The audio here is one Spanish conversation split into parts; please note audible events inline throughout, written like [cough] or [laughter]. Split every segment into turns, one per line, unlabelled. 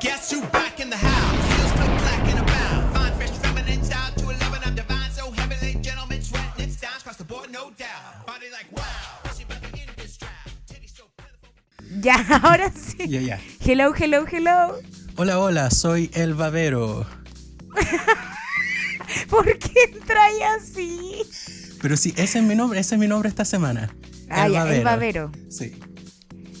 Guess who back in the house? Heels click clack in a bound. Fine, fresh, feminine style to 11. I'm divine, so heavenly. Gentlemen sweating, it's dimes across the board, no doubt. Body like wow. Pussy better in this drought. Titties so plentiful.
Ya, [laughs] ahora sí.
Ya, ya.
Hello, hello, hello.
Hola, hola, soy El Babero.
¿Por qué entráis así?
Pero sí, ese es mi nombre, ese es mi nombre esta semana.
Ah, ya, El Babero.
Sí. [laughs]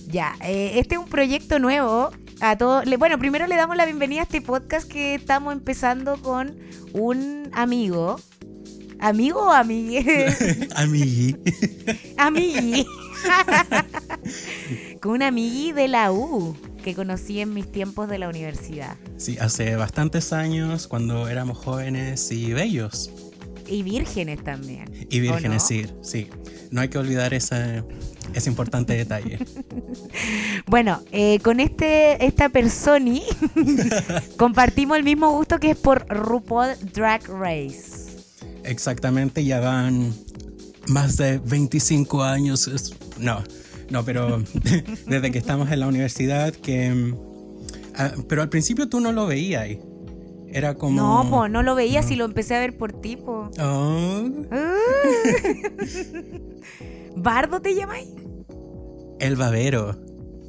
Ya, eh, este es un proyecto nuevo. A todo, le- bueno, primero le damos la bienvenida a este podcast que estamos empezando con un amigo. ¿Amigo o amigue?
Amigui.
[laughs]
[laughs]
amigui. con un amigui de la U que conocí en mis tiempos de la universidad.
Sí, hace bastantes años, cuando éramos jóvenes y bellos.
Y vírgenes también.
Y vírgenes,
no?
sí, sí. No hay que olvidar esa- ese importante detalle.
Bueno, eh, con este esta
[laughs]
personi [laughs] compartimos el mismo gusto que es por RuPaul Drag Race.
Exactamente, ya van más de 25 años. es- No, no, pero [laughs] desde que estamos en la universidad, que... mm, ah, pero al principio tú no lo veías. ahí. Era como...
No, po, no lo veía
Mm.
si lo empecé a ver por ti, po.
Oh,
Ah. [laughs] ¿Bardo te llamáis?
el babero.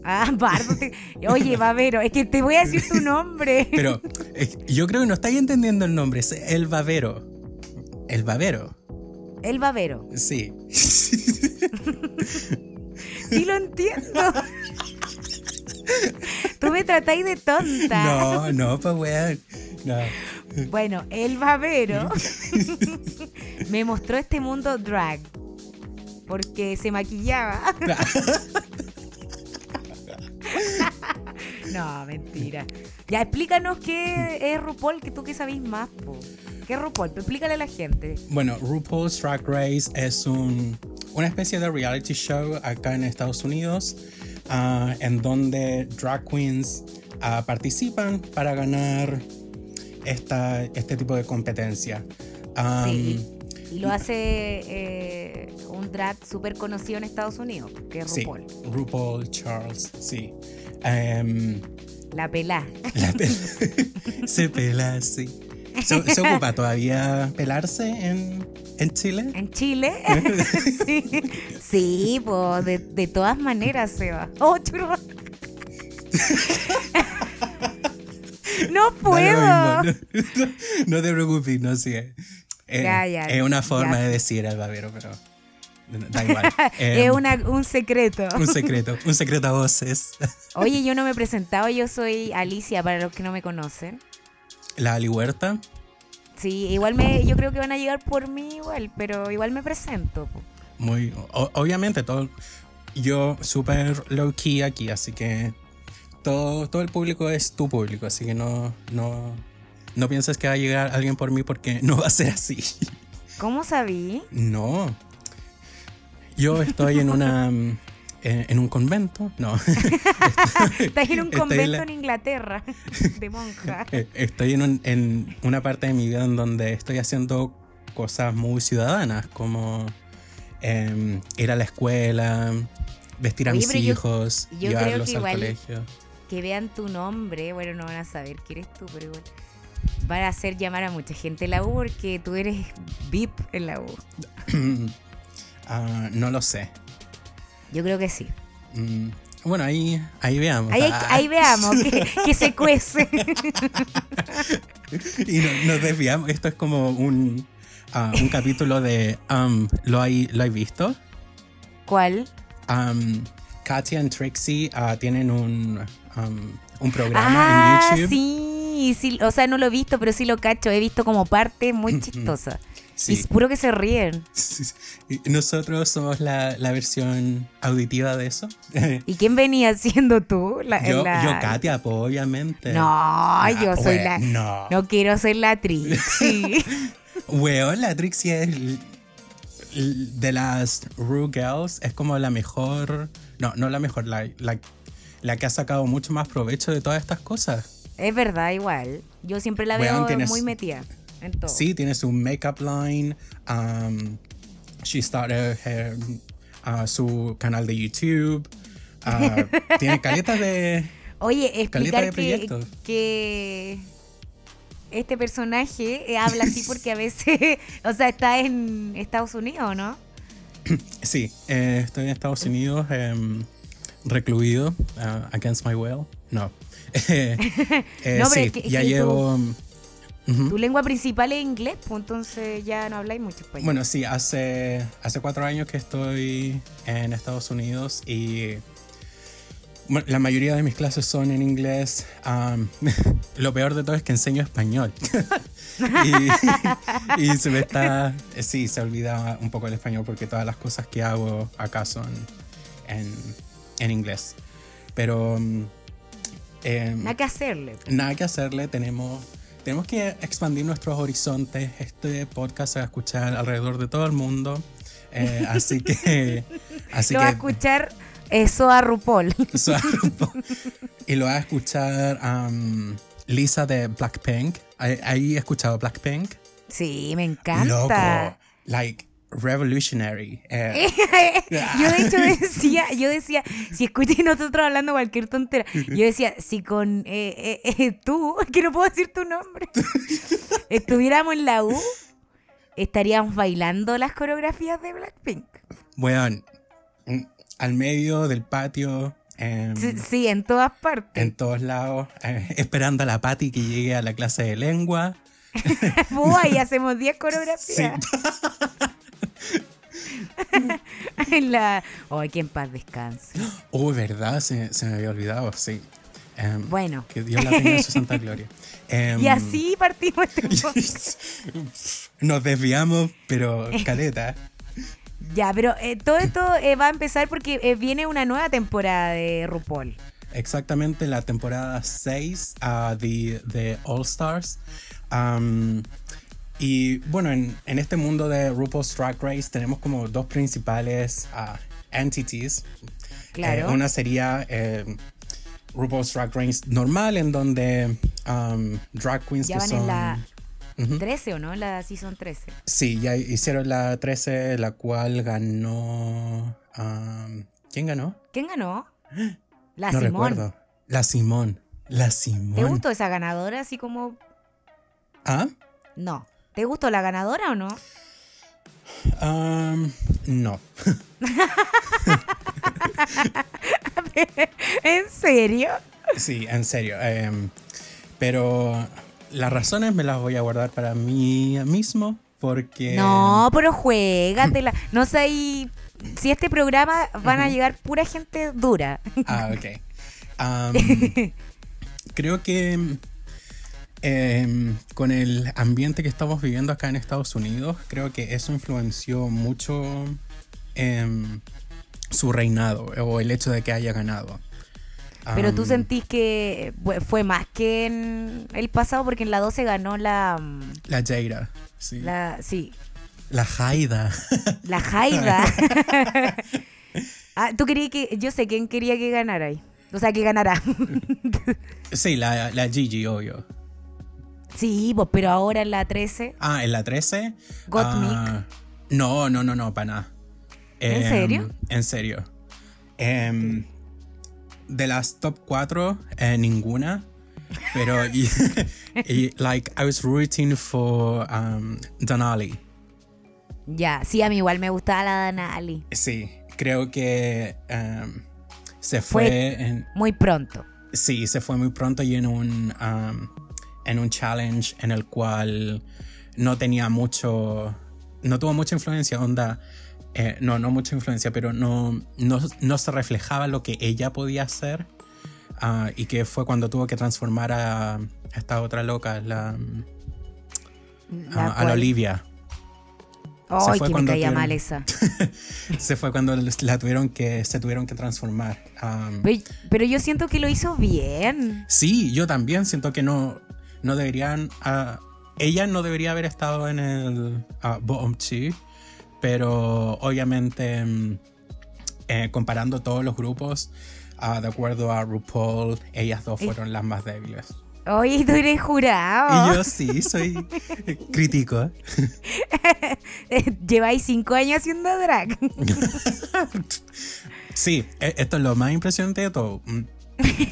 Ah, Bardo.
[laughs]
Te... Oye, Babero, es que te voy a decir tu nombre.
Pero eh, yo creo que no estáis entendiendo el nombre. Es el babero. El babero.
El Babero.
Sí.
Sí lo
[laughs]
entiendo. Tú me tratáis de tonta.
No, no, pues weón. No.
Bueno, el
[laughs]
babero [laughs] me mostró este mundo drag. Porque se
[laughs]
maquillaba. no, mentira. Ya, explícanos qué es RuPaul, que tú que sabís más, po. ¿Qué es RuPaul? Explícale a la gente.
Bueno, RuPaul's Drag Race es un- una especie de reality show acá en Estados Unidos ah, en donde drag queens ah, participan para ganar esta, este tipo de competencia. Ah,
Sí. Y lo hace eh, un drag súper conocido en Estados Unidos, que es
sí,
RuPaul.
RuPaul Charles, sí. Em,
La pelá.
la pel- [laughs] se pela, sí. ¿Se, se ocupa todavía pelarse en, en Chile?
¿En Chile? [laughs] sí, sí pues de, de todas maneras, Seba. ¡Oh, churro! [laughs] ¡No
Da
puedo!
lo mismo, No, [laughs] no te preocupes, no sí, eh, eh,
Ya, ya,
es una forma
ya.
de decir al babero, pero da
[laughs]
igual. Eh,
Es una- un secreto.
Un secreto, un secreto a voces.
Oye, yo no me he presentado, yo soy Alicia, para los que no me conocen.
La Ali Huerta.
Sí, igual me, yo creo que van a llegar por mí igual, pero igual me presento. po.
Muy, o- obviamente, todo. Yo súper low key aquí, así que todo, todo el público es tu público, así que no, no, no pienses que va a llegar alguien por mí porque no va a ser así. [laughs]
¿Cómo sabí?
No. Yo estoy
[laughs]
en una. mm, En, en un convento, no.
Estás en un
Estoy en
convento
la-
en Inglaterra, [laughs] de monja.
Eh, Estoy en, un- en una parte de mi vida en donde estoy haciendo cosas muy ciudadanas, como em, ir a la escuela, vestir a
Oye,
mis
pero yo-
hijos,
yo creo
llevarlos
que
al
igual-
colegio. [clears throat]
que vean tu nombre, bueno, no van a saber quién eres tú, pero igual van a hacer llamar a mucha gente en la U porque tú eres VIP en la U.
Ah, no lo sé.
Yo creo que sí.
Mm, bueno, ahí, ahí veamos.
Ahí, hay-
Ah,
ahí veamos que, que se cuece.
[laughs] Y no- nos desviamos. Esto es como un, ah, un capítulo de um, ¿lo, hay, ¿Lo hay visto?
¿Cuál?
Um, Katia y Trixie ah, tienen un, um, un programa
Ah,
en YouTube.
sí, sí, o sea, no lo he visto, pero sí lo cacho, he visto como parte muy chistosa.
Sí.
Y puro que se ríen.
Sí, sí. [laughs] Y Nosotros somos la, la versión auditiva de eso.
¿Y quién venía siendo tú? La-
[laughs] yo,
la-
yo, Katia, pues, obviamente.
No,
Ah,
yo soy
we-
la...
No.
No quiero ser la
[laughs]
Trixie.
Weón, la Trixie es. l- l- De las Rue Girls, es como la mejor. No, no la mejor, la, la, la que ha sacado mucho más provecho de todas estas cosas.
Es verdad, igual. Yo siempre la veo
Weón, tienes-
muy metida en todo.
Sí, tiene su makeup line. um, she started her,
[laughs]
uh, su canal de YouTube. uh, tiene caletas de.
Oye, explicar
Caleta de
que,
proyectos.
que este personaje eh, habla así porque a veces, [laughs] o sea, está en Estados Unidos, ¿no?
Sí, eh, estoy en Estados Unidos em, recluido, ah, against my will. No. [laughs] Eh,
[laughs]
eh,
No, pero
sí,
es que- es
ya
que tú-
llevo. ujú.
Tu lengua principal es inglés, pues entonces ya no habláis mucho español.
Bueno, sí, hace, hace cuatro años que estoy en Estados Unidos y bueno, la mayoría de mis clases son en inglés. Am, [laughs] lo peor de todo es que enseño español. [laughs] y, y se me está, sí, se olvida un poco el español porque todas las cosas que hago acá son en, en inglés. Pero... mm, em,
Nada que hacerle. pues.
nada que hacerle, tenemos, tenemos que expandir nuestros horizontes. Este podcast se va a escuchar alrededor de todo el mundo.
[laughs]
Eh, así que. Así
Lo va a
que.
escuchar eso a RuPaul. [laughs]
so- [laughs] y lo va a escuchar um, Lisa de Blackpink. Ahí- Ahí he escuchado Blackpink.
Sí, me
Loco.
encanta.
Like, revolutionary. Eh,
[laughs] yo de hecho decía, yo decía, si escuché nosotros hablando cualquier tontera, yo decía, si con eh, eh, eh, tú, que no puedo decir tu nombre, estuviéramos en la U, estaríamos bailando las coreografías de Blackpink.
weón, mm, al medio del patio. em,
Sí, sí, en todas partes.
en todos lados, eh, esperando a la Patti que llegue a la clase de lengua.
[laughs] Buah, y hacemos 10 coreografías. [laughs] en la... Ay, que en paz descanse.
Oh, verdad, se, se me había olvidado, sí. Em,
Bueno.
Que Dios la tenga en su santa gloria. Em,
[laughs] Y así partimos este
[laughs]
podcast.
Nos desviamos,
[laughs]
pero caleta.
Ya, pero eh, todo esto eh, va a empezar porque eh, viene una nueva temporada de RuPaul.
Exactamente la temporada 6 ah, de, de All Stars. Am, y bueno, en, en este mundo de RuPaul's Drag Race tenemos como dos principales ah, entities,
Claro.
Eh, una sería eh, RuPaul's Drag Race normal, en donde um, drag queens
ya
que
van
son.
en la
Ujú.
13 o no, en la season 13.
Sí, ya hicieron la 13, la cual ganó. um, ¿Quién ganó?
¿Quién
[gasps]
ganó? La
no
Simón.
recuerdo. La Simón. La Simón.
¿Te gustó esa ganadora? Así como...
¿Ah?
No. ¿Te gustó la ganadora o
[laughs]
no?
um, no.
¿En serio?
Sí, en serio. em, pero las razones me las voy a guardar para mí mismo, porque.
No, pero
[laughs]
juégatela. No sé, ahí- si este programa van a llegar pura gente dura.
Ah, ok.
[laughs]
Am, creo que mm, em, con el ambiente que estamos viviendo acá en Estados Unidos, creo que eso influenció mucho em, su reinado o el hecho de que haya ganado.
Pero tú
Am,
sentís que eh, fue más que en el pasado porque en la 12 ganó la... mm,
La Jaira, sí. La,
la sí,
Jaida. [laughs]
La [laughs] Jaida. ah, tú querías que. Yo sé quién quería que ganara ahí. O sea, que ganara.
sí, la, la Gigi, obvio.
[laughs] sí, pues, pero ahora en la 13.
Ah, en la 13.
Gottmik.
ah, no, no, no, no, para nada.
¿En
Em,
serio?
En serio. Em, de las top 4, ninguna. Pero,
[laughs]
y- y, like, I was rooting for um, Donali.
Ya, sí, a mí igual me gustaba la Danali.
Sí, creo que em, se fue.
Fue-
en-
Muy pronto.
sí, se fue muy pronto y en un, um, en un challenge en el cual no tenía mucho, no tuvo mucha influencia, onda, eh, no, no mucha influencia, pero no, no, no se reflejaba lo que ella podía hacer ah, y que fue cuando tuvo que transformar a, a esta otra loca, la,
La
Ah, a, a
cual-
la Olivia. se
Ay,
fue
que me
cuando
caía
tuvieron-
mal
[laughs]
esa.
Se fue cuando la tuvieron que, se tuvieron que transformar. Um,
Pero, pero yo siento que lo hizo bien.
Sí, yo también siento que no, no deberían. ah, ella no debería haber estado en el ah, Bottom Two, pero obviamente, mm, eh, comparando todos los grupos, ah, de acuerdo a RuPaul, ellas dos
Y-
fueron las más débiles.
Oye, tú eres jurado.
Y yo sí, soy crítico.
[laughs] Lleváis cinco años haciendo
[laughs]
drag. [laughs]
Sí, e- esto es lo más impresionante de todo. Mm.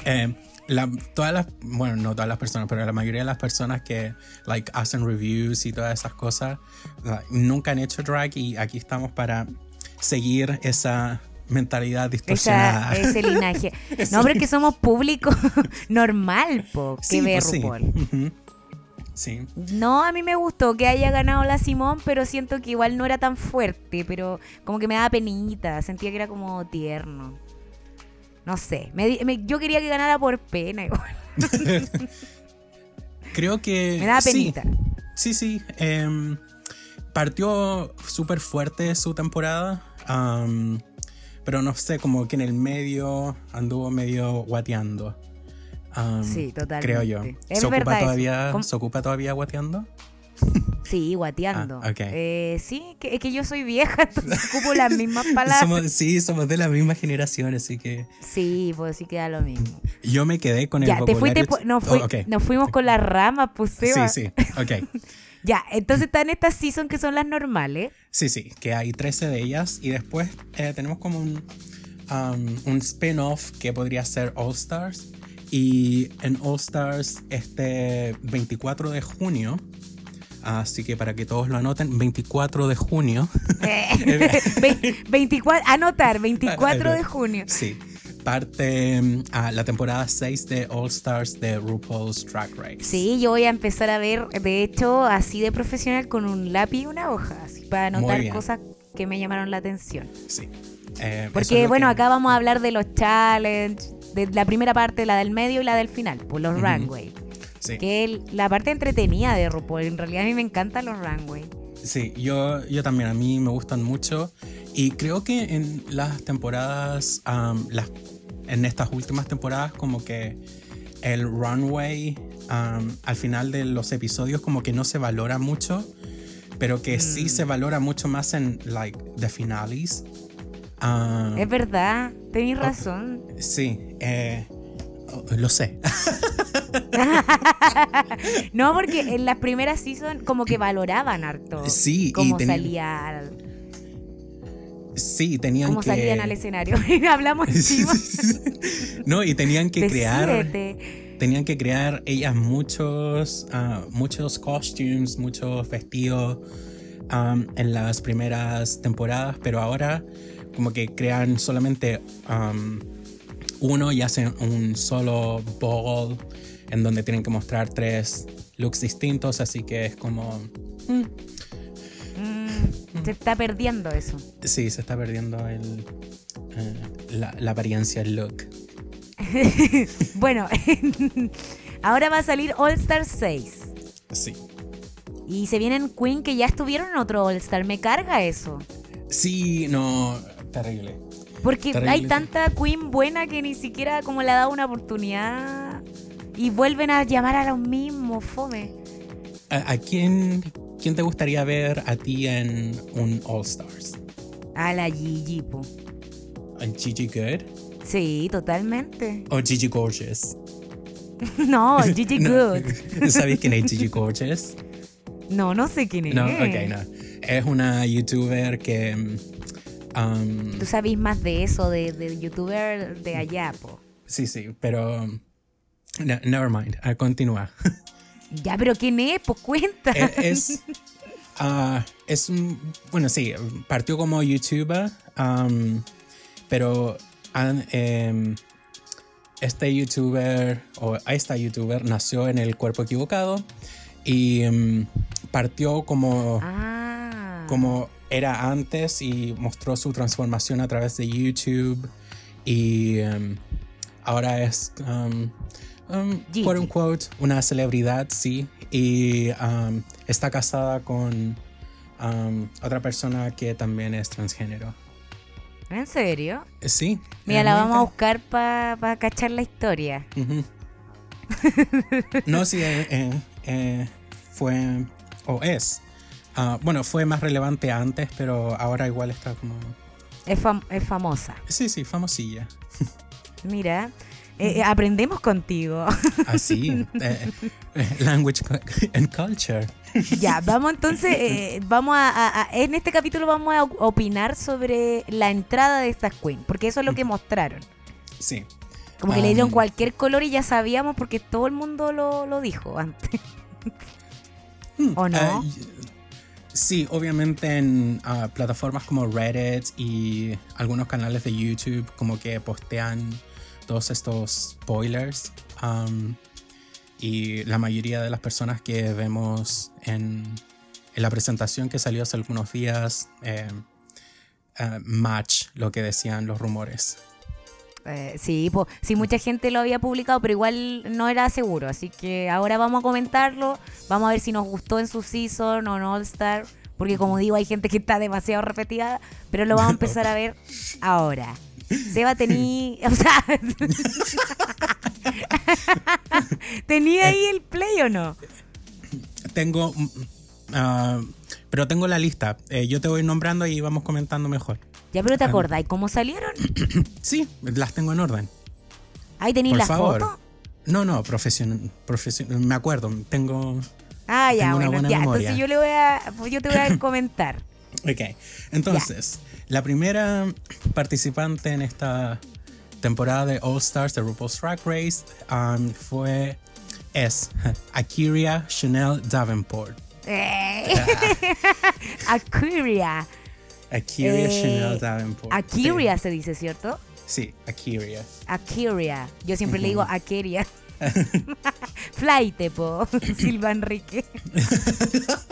Eh, la- todas las, bueno, no todas las personas, pero la mayoría de las personas que like, hacen reviews y todas esas cosas, like, nunca han hecho drag y aquí estamos para seguir esa mentalidad
Esa,
distorsionada. [laughs]
ese linaje.
Ese
No, pero es que somos público [laughs] normal, po, que
Sí,
ve
pues sí.
RuPaul.
Ujú. Sí.
No, a mí me gustó que haya ganado la Simón, pero siento que igual no era tan fuerte, pero como que me daba penita, sentía que era como tierno. No sé, me di- me- yo quería que ganara por pena igual. [laughs]
Creo que.
Me daba
Eh, sí.
penita.
Sí, sí. em, partió súper fuerte su temporada. am, pero no sé, como que en el medio anduvo medio guateando. Am,
Sí, totalmente.
Creo yo.
Es
¿Se,
verdad
ocupa
eso.
todavía,
¿Cómo?
¿Se ocupa todavía guateando?
Sí, guateando.
Ah, ok.
Eh, sí, que, es que yo soy vieja, [laughs] entonces ocupo las
[laughs]
mismas palabras.
Somos- sí, somos de la misma generación, así que.
Sí, pues sí queda lo mismo.
Yo me quedé con
Ya,
el
te fuiste,
vocabulario-
po- no, fui-
Oh, ok.
nos fuimos con las ramas, pues
Sí,
Seba.
sí,
[laughs]
ok.
Ya, entonces están estas season que son las normales.
Sí, sí, que hay 13 de ellas y después eh, tenemos como un, um, un spin-off que podría ser All Stars y en All Stars este 24 de junio, así que para que todos lo anoten, 24 de junio,
Eh, [laughs] Ve- 24, anotar, 24 de
Claro.
junio.
[laughs] sí, parte mm, a la temporada 6 de All Stars de RuPaul's Drag Race.
Sí, yo voy a empezar a ver, de hecho, así de profesional, con un lápiz y una hoja, así, para
Muy
anotar
bien.
cosas que me llamaron la atención.
Sí. Eh, eso es
Porque,
lo
bueno,
que-
acá vamos a hablar de los challenges, de la primera parte, la del medio y la del final, pues los
Ujú.
runway.
sí.
Que el- la parte entretenida de RuPaul, en realidad a mí me encantan los runway.
Sí, yo, yo también, a mí me gustan mucho y creo que en las temporadas, am, las, en estas últimas temporadas como que el runway am, al final de los episodios como que no se valora mucho, pero que sí
Mm.
se valora mucho más en like the finales. Am,
Es verdad, tenéis
Ok.
razón.
sí, eh, oh, lo sé. [laughs]
No, porque en las primeras season como que valoraban harto.
Sí, y
Cómo
tenía-
salía al-
Sí, tenían
cómo
que...
salían
[laughs]
al escenario. [laughs] Hablamos encima.
no, y tenían que
de
crear...
siete.
tenían que crear ellas muchos, ah, muchos costumes, muchos vestidos am, en las primeras temporadas, pero ahora como que crean solamente am, uno y hacen un solo ball en donde tienen que mostrar tres looks distintos, así que es como,
Mm, se está perdiendo eso.
sí, se está perdiendo el, eh, la, la apariencia, el look.
Bueno, [laughs] ahora va a salir All Star 6.
Sí.
Y se vienen Queen que ya estuvieron en otro All Star. Me carga eso.
Sí, no, terrible.
Porque
Terrible.
hay tanta Queen buena que ni siquiera como le ha dado una oportunidad. Y vuelven a llamar a los mismos, fome.
¿A, a quién, quién te gustaría ver a ti en un All Stars?
A la Gigi, po.
¿A Gigi Good
Sí, totalmente. [laughs]
o Gigi Gorgeous? [laughs]
No, Gigi Good.
¿Sabes quién es Gigi Gorgeous?
No, no sé quién es.
No, ok, no. Es una youtuber que... um,
Tú sabes más de eso, de, de youtuber de allá, po.
sí, sí, pero... no, never mind, ah, continúa.
Ya, pero ¿quién es? Pues [laughs] cuenta.
Eh, es, ah, es un, bueno, sí, partió como youtuber, am, pero an- em, este youtuber o esta youtuber nació en el cuerpo equivocado y em, partió como,
ah.
como era antes y mostró su transformación a través de YouTube y em, ahora es um, um,
Gigi.
quote unquote una celebridad, sí. Y um, está casada con um, otra persona que también es transgénero.
¿En serio?
Sí.
Mira,
es
la
muy
vamos a
inter- Mm.
buscar para cachar la historia.
Ujú. no, sí, eh, eh, eh, fue o es. ah, bueno, fue más relevante antes, pero ahora igual está como...
Es, fam- es famosa.
Sí, sí, famosilla.
Mira, eh, eh, aprendemos contigo. [laughs]
Así. eh, eh, language cu- and culture.
ya, vamos entonces, eh, vamos a, a- a- en este capítulo vamos a
Mm.
opinar sobre la entrada de estas queens, porque eso es lo que mostraron.
Sí.
Como que le dieron
Um,
cualquier color y ya sabíamos porque todo el mundo lo, lo dijo antes. ¿O no?
Eh, sí, obviamente en ah, plataformas como Reddit y algunos canales de YouTube como que postean todos estos spoilers. um, y la mayoría de las personas que vemos en, en la presentación que salió hace algunos días eh, eh, match lo que decían los rumores.
Eh, sí, po, sí, mucha gente lo había publicado, pero igual no era seguro. Así que ahora vamos a comentarlo. Vamos a ver si nos gustó en su season o en All Star. Porque como digo, hay gente que está demasiado repetida, pero lo vamos a empezar a ver ahora. Seba tení, [laughs] o sea, tenía ahí el play o no?
Tengo... mm, ah, pero tengo la lista. Eh, yo te voy nombrando y vamos comentando mejor.
Ya, pero te acordás, ¿cómo salieron?
Sí, las tengo en orden.
Ahí tenéis
Por
la
favor.
foto.
No, no, profesional, profesional. Me acuerdo, tengo.
Ah, ya,
Tengo una
bueno,
buena
ya.
memoria.
Entonces yo le voy a, pues yo te voy a comentar.
Ok. Entonces, la primera participante en esta temporada de All Stars de RuPaul's Drag Race um, fue. Es Akiria Chanel Davenport.
Eh. [laughs] Akiria.
Akiria
Eh,
Chanel Davenport.
Akiria se dice, ¿cierto?
Sí, sí, Akiria.
Akiria. Yo siempre le digo
[laughs]
Akiria. Flight, po. [laughs] Silva
[laughs]
Enrique. [laughs]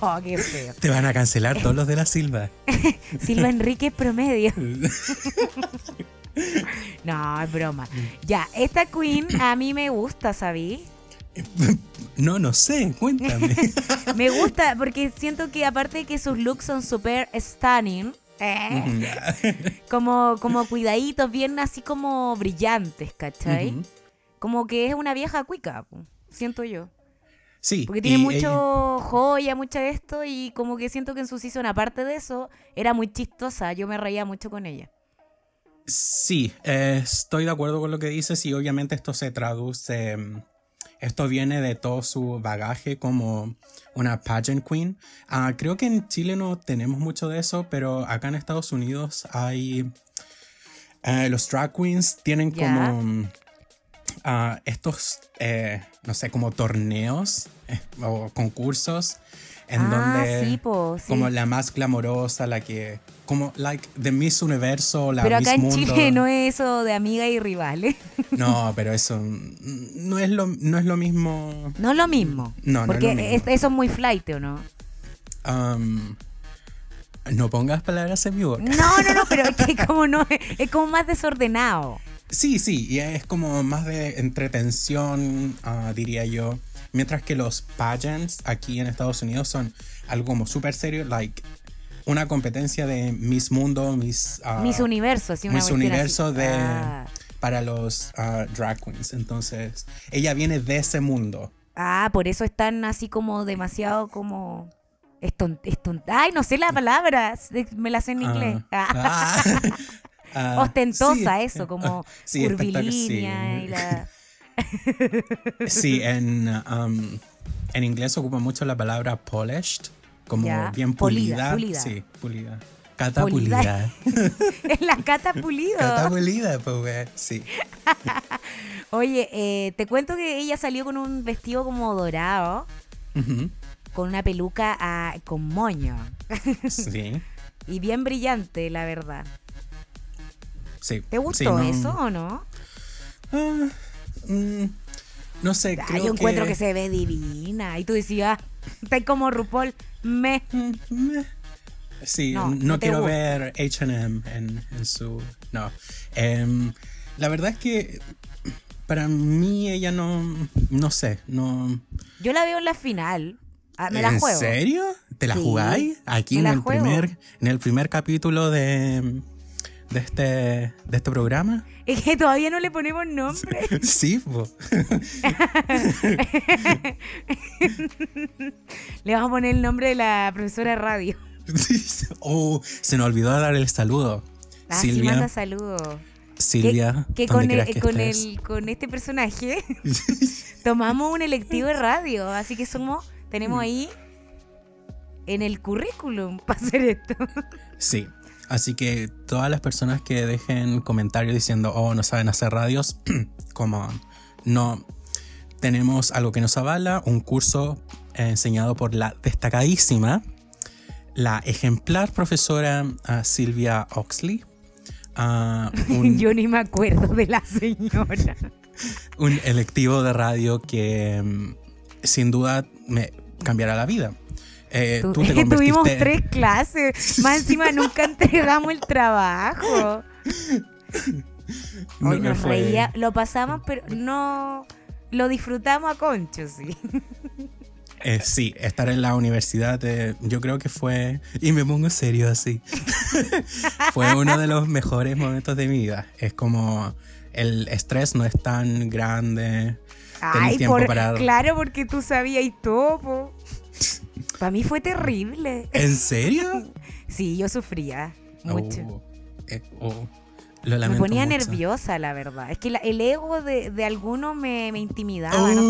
oh, qué feo.
Te van a cancelar todos los de la Silva.
Silva Enrique es
[laughs]
promedio. [laughs] No, es broma. Ya, esta queen a mí me gusta, ¿sabí?
No, no sé, cuéntame.
Me gusta porque siento que aparte de que sus looks son súper stunning, eh,
[laughs]
como, como cuidaditos, bien así como brillantes, ¿cachai?
Ujú.
Como que es una vieja cuica, po, siento yo.
[laughs] Sí.
Porque tiene
y
mucho
ella-
joya, mucha de esto, y como que siento que en su season, aparte de eso, era muy chistosa. Yo me reía mucho con ella.
Sí, eh, estoy de acuerdo con lo que dices y obviamente esto se traduce, mm, esto viene de todo su bagaje como una pageant queen. Ah, creo que en Chile no tenemos mucho de eso, pero acá en Estados Unidos hay, eh, los drag queens tienen
Ya.
como mm, ah, estos, eh, no sé, como torneos eh, o concursos en
ah,
donde...
sí, po, sí.
Como la más glamorosa, la que. Como, like, The Miss Universo, la
Pero
Miss
acá en
Mundo.
Chile no es eso de amiga y rivales.
No, pero eso. mm, No es lo, no es lo mismo.
No es lo mismo.
No, no es
Porque
lo mismo.
es- eso es muy flight, ¿o no?
um, no pongas palabras en mi boca.
No, no, no, pero es
[laughs]
que como no es como más desordenado.
Sí, sí, y es como más de entretención, ah, diría yo. Mientras que los pageants aquí en Estados Unidos son algo como súper serio, like una competencia de Miss Mundo, Miss. ah,
Mis universos, así una
Miss
cuestión
Universo
así.
de,
Ah,
para los ah, drag queens. Entonces, ella viene de ese mundo.
Ah, por eso están así como demasiado como eston, eston- ay, no sé la palabra, se- me la sé en inglés. Ah,
Ah. Ah,
[laughs] ostentosa
sí. Ah.
eso, como
[laughs] Sí, espectacular, sí.
curvilínea y la-
[laughs]
[laughs]
Sí, en, um, en inglés ocupa mucho la palabra polished, como
Ya,
bien
pulida,
pulida.
pulida.
Sí, pulida. Cata
Pulida. [laughs]
pulida.
en la cata pulido.
Cata pulida, pues, güey. sí.
Oye, eh, te cuento que ella salió con un vestido como dorado,
Ujú,
con una peluca ah, con moño
Sí,
y bien brillante, la verdad.
sí.
¿Te gustó
Sí, no-
eso o no?
Ah, mm, no sé,
Ah,
creo
yo encuentro que se ve divina. Y tú decías, está como RuPaul, me.
Mm, meh. Sí,
No,
no,
no te
quiero
gusta.
ver HM en, en su. No. Em, la verdad es que para mí ella no. No sé, no.
Yo la veo en la final. Ah, me la
¿En
juego.
serio? ¿Te la
Sí,
jugáis? Aquí
me
en
la
el,
juego.
primer, en el primer capítulo de, de, este, de
[laughs]
este programa.
Es que todavía no le ponemos nombre.
sí, po. [laughs]
Le vamos a poner el nombre de la profesora de radio.
Oh, se nos olvidó dar el saludo.
Ah, sí,
Silvia,
manda saludos.
Silvia,
que
donde
con, el-
quieras que
con,
estés.
el- con este
[laughs]
personaje tomamos un electivo de radio. Así que somos,
Mm.
tenemos ahí en el currículum para hacer esto.
Sí. Así que todas las personas que dejen comentarios diciendo, oh, no saben hacer radios, [clears throat] como no tenemos algo que nos avala, un curso eh, enseñado por la destacadísima, la ejemplar profesora ah, Silvia Oxley.
[laughs]
ah, un-
Yo ni me acuerdo de la señora.
un electivo de radio que mm, sin duda me cambiará la vida. Eh,
Tu-
tú te
[laughs] tuvimos
convertiste- [laughs]
tres clases. Más encima nunca entregamos el trabajo.
no,
Hoy nos
fue-
reía, lo pasamos, pero no lo disfrutamos a concho, sí.
eh, sí, estar en la universidad eh, yo creo que fue, y me pongo serio así, [laughs] fue uno de los mejores momentos de mi vida. Es como el estrés no es tan grande.
Ay,
tiempo
por-
para-
claro, porque tú sabías y
[laughs]
todo. Para mí fue terrible.
¿En serio?
Sí, yo sufría mucho.
Oh, eh, oh, lo
me
lamento
ponía
mucho.
nerviosa, la verdad. Es que la- el ego de, de alguno me, me intimidaba.
Oh,
no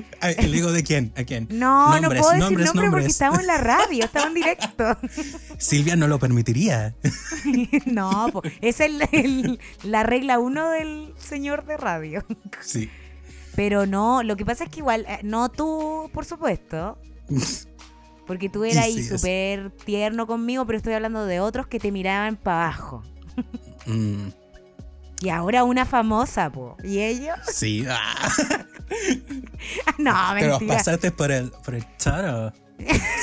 estoy-
ay, ¿Le digo de quién? ¿A quién?
No, no,
Nombres,
puedo decir
nombres,
nombre porque
nombres.
estamos en
[laughs]
la radio, estamos en directo.
Silvia no lo permitiría. [laughs]
[laughs] no, po, esa es el- el- la regla uno del señor de radio.
Sí.
Pero no, lo que pasa es que igual, eh, no tú, por
[laughs]
supuesto. Porque tú eras ahí
sí, eso.
súper tierno conmigo, pero estoy hablando de otros que te miraban para abajo.
Mm,
Y ahora una famosa, po. ¿Y ellos? [laughs]
sí. Ah, [laughs]
no,
pero
mentira.
pasaste por el, por el choro.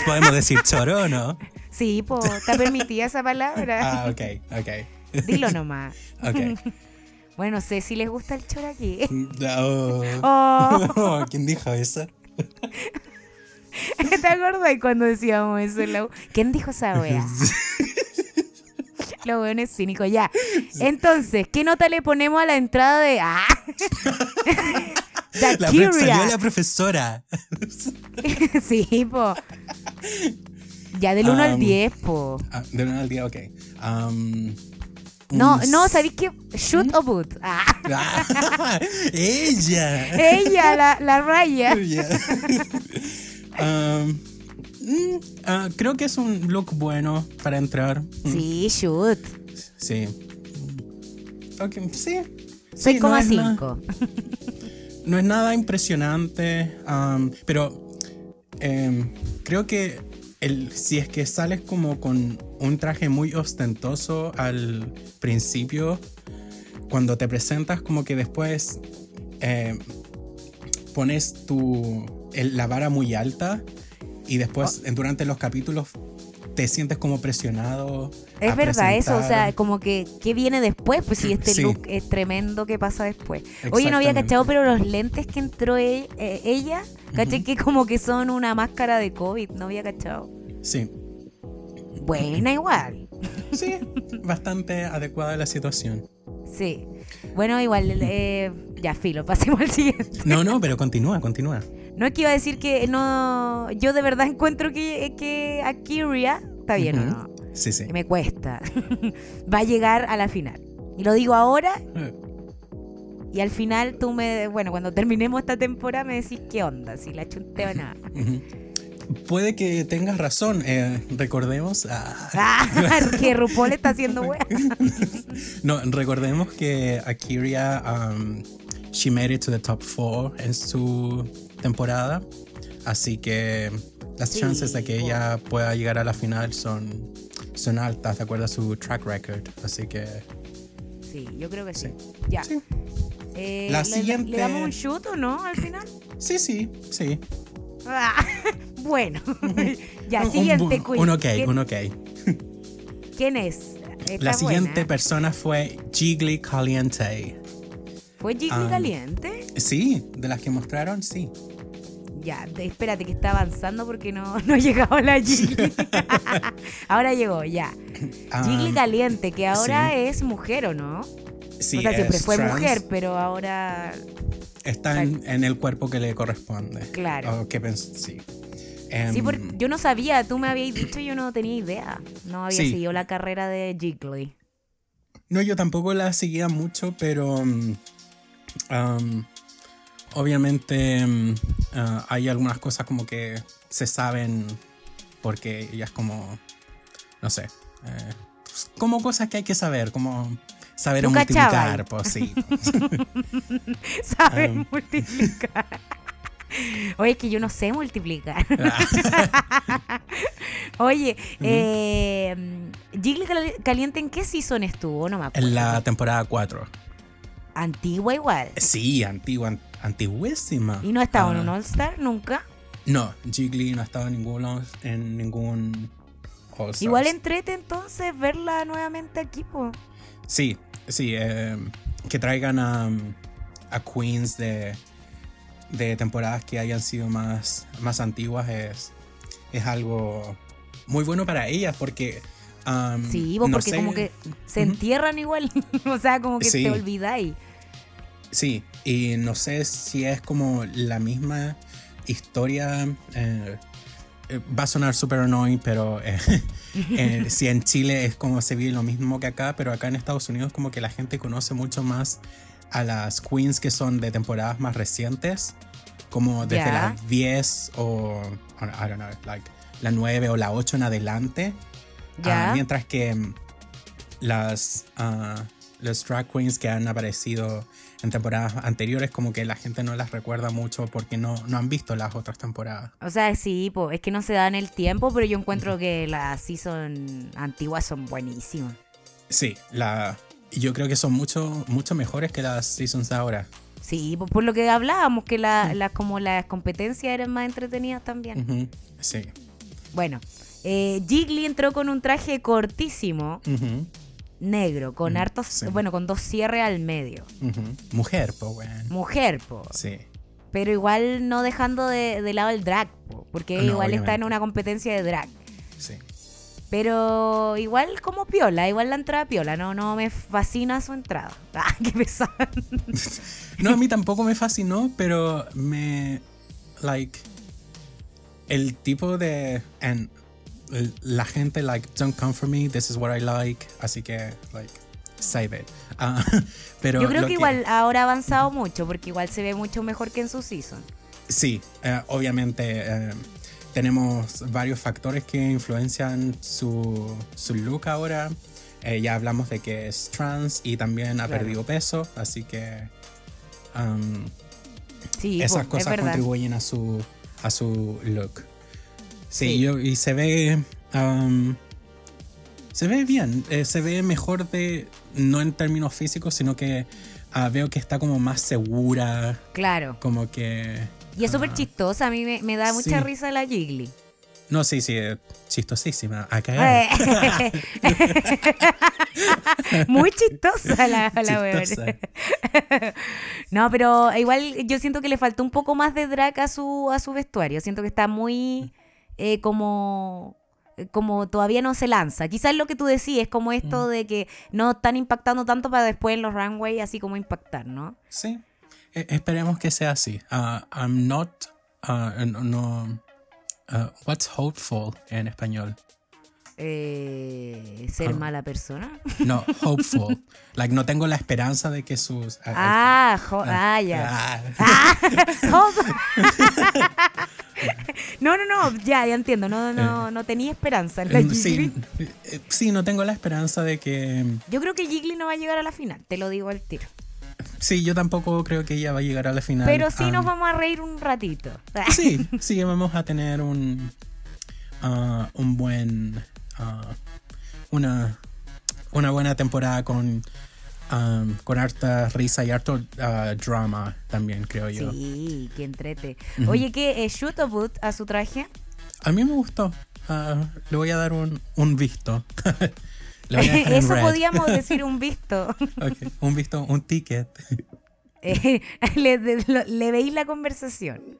Podemos decir choro, o ¿no?
Sí, po, te permitía esa palabra.
[laughs] Ah, ok, ok.
Dilo nomás.
Ok.
Bueno, sé si les gusta el choro aquí.
Oh.
[laughs]
[laughs]
Oh,
¿Quién dijo eso?
[laughs] ¿Te acuerdas cuando decíamos eso? en la U? ¿Quién dijo esa
[laughs]
wea? Lo bueno es cínico, ya. Entonces, ¿qué nota le ponemos a la entrada de...
[laughs]
Ah. The
La
Curia.
prof- salió la profesora.
[laughs] sí, po. Ya del 1 al
Um,
10, po.
Ah, de una al día, ok. Um, [laughs]
No,
un ¿Mm?
no,
s-
¿sabéis qué? Shoot o boot. Ah, [laughs]
Ah, ¡Ella!
ella, la, la raya.
Ya. Um, mm, ah, creo que es un look bueno para entrar. Mm,
Sí, shoot.
Sí. Ok, sí.
Soy
Sí,
como
no es nada-
5.
no es nada impresionante, am, pero em, creo que el, si es que sales como con un traje muy ostentoso al principio, cuando te presentas como que después em, pones tu, el- la vara muy alta y después
Ah.
en- durante los capítulos te sientes como presionado.
Es
a
verdad eso, o sea,
presentar.
como que ¿qué viene después? Pues si este
Sí.
look es tremendo, ¿qué pasa después? Oye, no había
Exactamente.
cachado, pero los lentes que entró e- eh, ella, caché
Ujú.
que como que son una máscara de COVID, no había cachado. [laughs]
Sí,
Buena igual.
sí, bastante adecuada la situación.
Sí. Bueno, igual,
[laughs]
eh, ya filo, pasemos al siguiente.
No, no, pero continúa, continúa.
No es que iba a decir que no, yo de verdad encuentro que, que Akiria, está bien o no,
Ujú. Sí, sí.
me cuesta, [laughs] va a llegar a la final. Y lo digo ahora
Eh,
Y al final tú me, bueno, cuando terminemos esta temporada me decís qué onda, si la chunteo o
[laughs]
nada.
Ujú. Puede que tengas razón. eh, recordemos. ah,
Ah, [laughs] que RuPaul está haciendo wea.
no, recordemos que Akiria um, she made it to the top four en su temporada. Así que las
Sí,
chances de que
po.
ella pueda llegar a la final son, son altas, de acuerdo a su track record. Así que.
Sí, yo creo que sí.
Sí.
Ya.
Sí.
Eh,
La
¿le- ¿Le,
siguiente-
damos un shoot o no al final?
Sí, sí, sí.
Ah, [laughs]
[laughs]
bueno. ya,
Un- un
siguiente
bu-
quiz.
Un ok,
¿Quién,
un ok.
quién es? Está
La siguiente
buena.
persona fue Jiggly Caliente.
¿Fue Jiggly
Ah.
Caliente?
Sí, de las que mostraron, sí.
Ya, de- espérate que está avanzando porque no, [laughs] no ha llegado la Jiggly. [laughs] ahora llegó, ya.
Ah,
Jiggly Caliente, que ahora
sí.
es mujer o no?
sí,
o sea, siempre
es
fue
trans.
mujer, pero ahora
Está en, en el cuerpo que le corresponde.
Claro.
O que pens- sí.
Sí,
Em,
porque yo no sabía, tú me habías dicho, yo no tenía idea. No había
Sí.
seguido la carrera de Jiggly. [laughs]
No, yo tampoco la seguía mucho, pero mm, um, obviamente mm, ah, hay algunas cosas como que se saben porque ella es como, no sé, eh, como cosas que hay que saber, como saber
Nunca
multiplicar,
chaval.
pues
[laughs]
sí. [laughs]
Saben
Ah.
multiplicar. Oye, es que yo no sé multiplicar. [laughs] Oye, eh, Jiggly Cal- Caliente, ¿en qué season estuvo? No me acuerdo.
en la temporada 4.
Antigua igual.
Sí, antigua, an- antiguísima.
¿Y no ha estado en
Ah,
un All-Star nunca?
No, Jiggly no ha estado en ningún, All- en ningún All Stars.
Igual entrete entonces verla nuevamente aquí, po.
Sí, sí, eh, que traigan a, a queens de, de temporadas que hayan sido más, más antiguas es, es algo muy bueno para ellas porque... um,
Sí, vos,
no
porque
sé-
como que se
Ujú.
entierran igual. [laughs] o sea, como que
Sí.
te olvidáis.
Sí, y no sé si es como la misma historia. eh, eh, va a sonar súper annoying, pero eh, [laughs] eh, si en Chile es como se vive lo mismo que acá, pero acá en Estados Unidos, como que la gente conoce mucho más a las queens que son de temporadas más recientes, como desde
Ya.
las 10 o. I don't know, like la 9 o la 8 en adelante.
Ya.
Ah, mientras que mm, las, ah, las drag queens que han aparecido en temporadas anteriores, como que la gente no las recuerda mucho porque no, no han visto las otras temporadas.
O sea, sí, po, es que no se dan el tiempo, pero yo encuentro que las season antiguas son buenísimas.
Sí, la, yo creo que son mucho, mucho mejores que las seasons de ahora.
Sí, po, por lo que hablábamos, que la,
Mm.
las- como las competencias eran más entretenidas también.
Ujú, Sí.
Bueno, eh, Jiggly entró con un traje cortísimo,
Ujú,
negro, con
Mm,
hartos,
sí.
bueno, con dos cierres al medio.
ujú. Mujer, pues, weón.
Mujer, po,
Sí.
pero igual no dejando de, de lado el drag, po, porque
No,
igual está en
obviamente.
una competencia de drag.
Sí.
Pero igual como piola, igual la entrada piola, no, no me fascina su entrada. [laughs] Ah, qué pesado.
No, a mí tampoco me fascinó, pero me. Like. El tipo de. And l- la gente, like, don't come for me, this is what I like. Así que, like, save it. Ah, [laughs] pero
Yo creo
lo
que igual ahora ha avanzado mucho, porque igual se ve mucho mejor que en su season.
Sí, eh, obviamente. eh, tenemos varios factores que influencian su, su look ahora. Eh, ya hablamos de que es trans y también ha
Claro.
perdido peso, así que. um,
Sí,
esas
po, es
cosas
verdad.
contribuyen a su a su look. Sí,
Sí.
yo- y se ve um, se ve bien, eh, se ve mejor de no en términos físicos, sino que ah, veo que está como más segura,
Claro.
como que
Y es
ah,
súper chistosa, a mí me, me da mucha
Sí.
risa la Jiggly.
No, sí, sí, eh, chistosísima. Acá
[laughs] Eh, Muy chistosa la, la weona.
Chistosa.
[laughs] No, pero igual yo siento que le faltó un poco más de drag a su, a su vestuario. Siento que está muy eh, como como todavía no se lanza. Quizás lo que tú decís es como
Mm.
esto de que no están impactando tanto para después en los runway así como impactar, ¿no?
Sí. E- esperemos que sea así. Ah, I'm not ah, no, no ah, what's hopeful en español.
Eh, ser
Ah.
mala persona.
No, hopeful. like, no tengo la esperanza de que sus.
Ah, jo- ah, ya.
Ah,
Ah. [laughs] no, no, no, ya, ya entiendo. No, no, no tenía esperanza en la
eh,
Jiggly.
sí, eh, sí, no tengo la esperanza de que.
Yo creo que Jiggly no va a llegar a la final, te lo digo al tiro.
Sí, yo tampoco creo que ella va a llegar a la final.
Pero sí
Ah,
nos vamos a reír un ratito. [laughs]
Sí, sí, vamos a tener un. ah, un buen. ah, una. Una buena temporada con. ah, con harta risa y harto ah, drama también, creo yo.
Sí, que entrete. Oye, ¿qué eh, shoot o boot a su traje?
A mí me gustó. Ah, le voy a dar un, un visto. [laughs] Le voy a dejar
[laughs]
en
Eso
red.
podíamos decir un visto.
[laughs]
[laughs]
Ok, Un visto, un ticket. [laughs]
Eh, le, de- lo- le veis la conversación.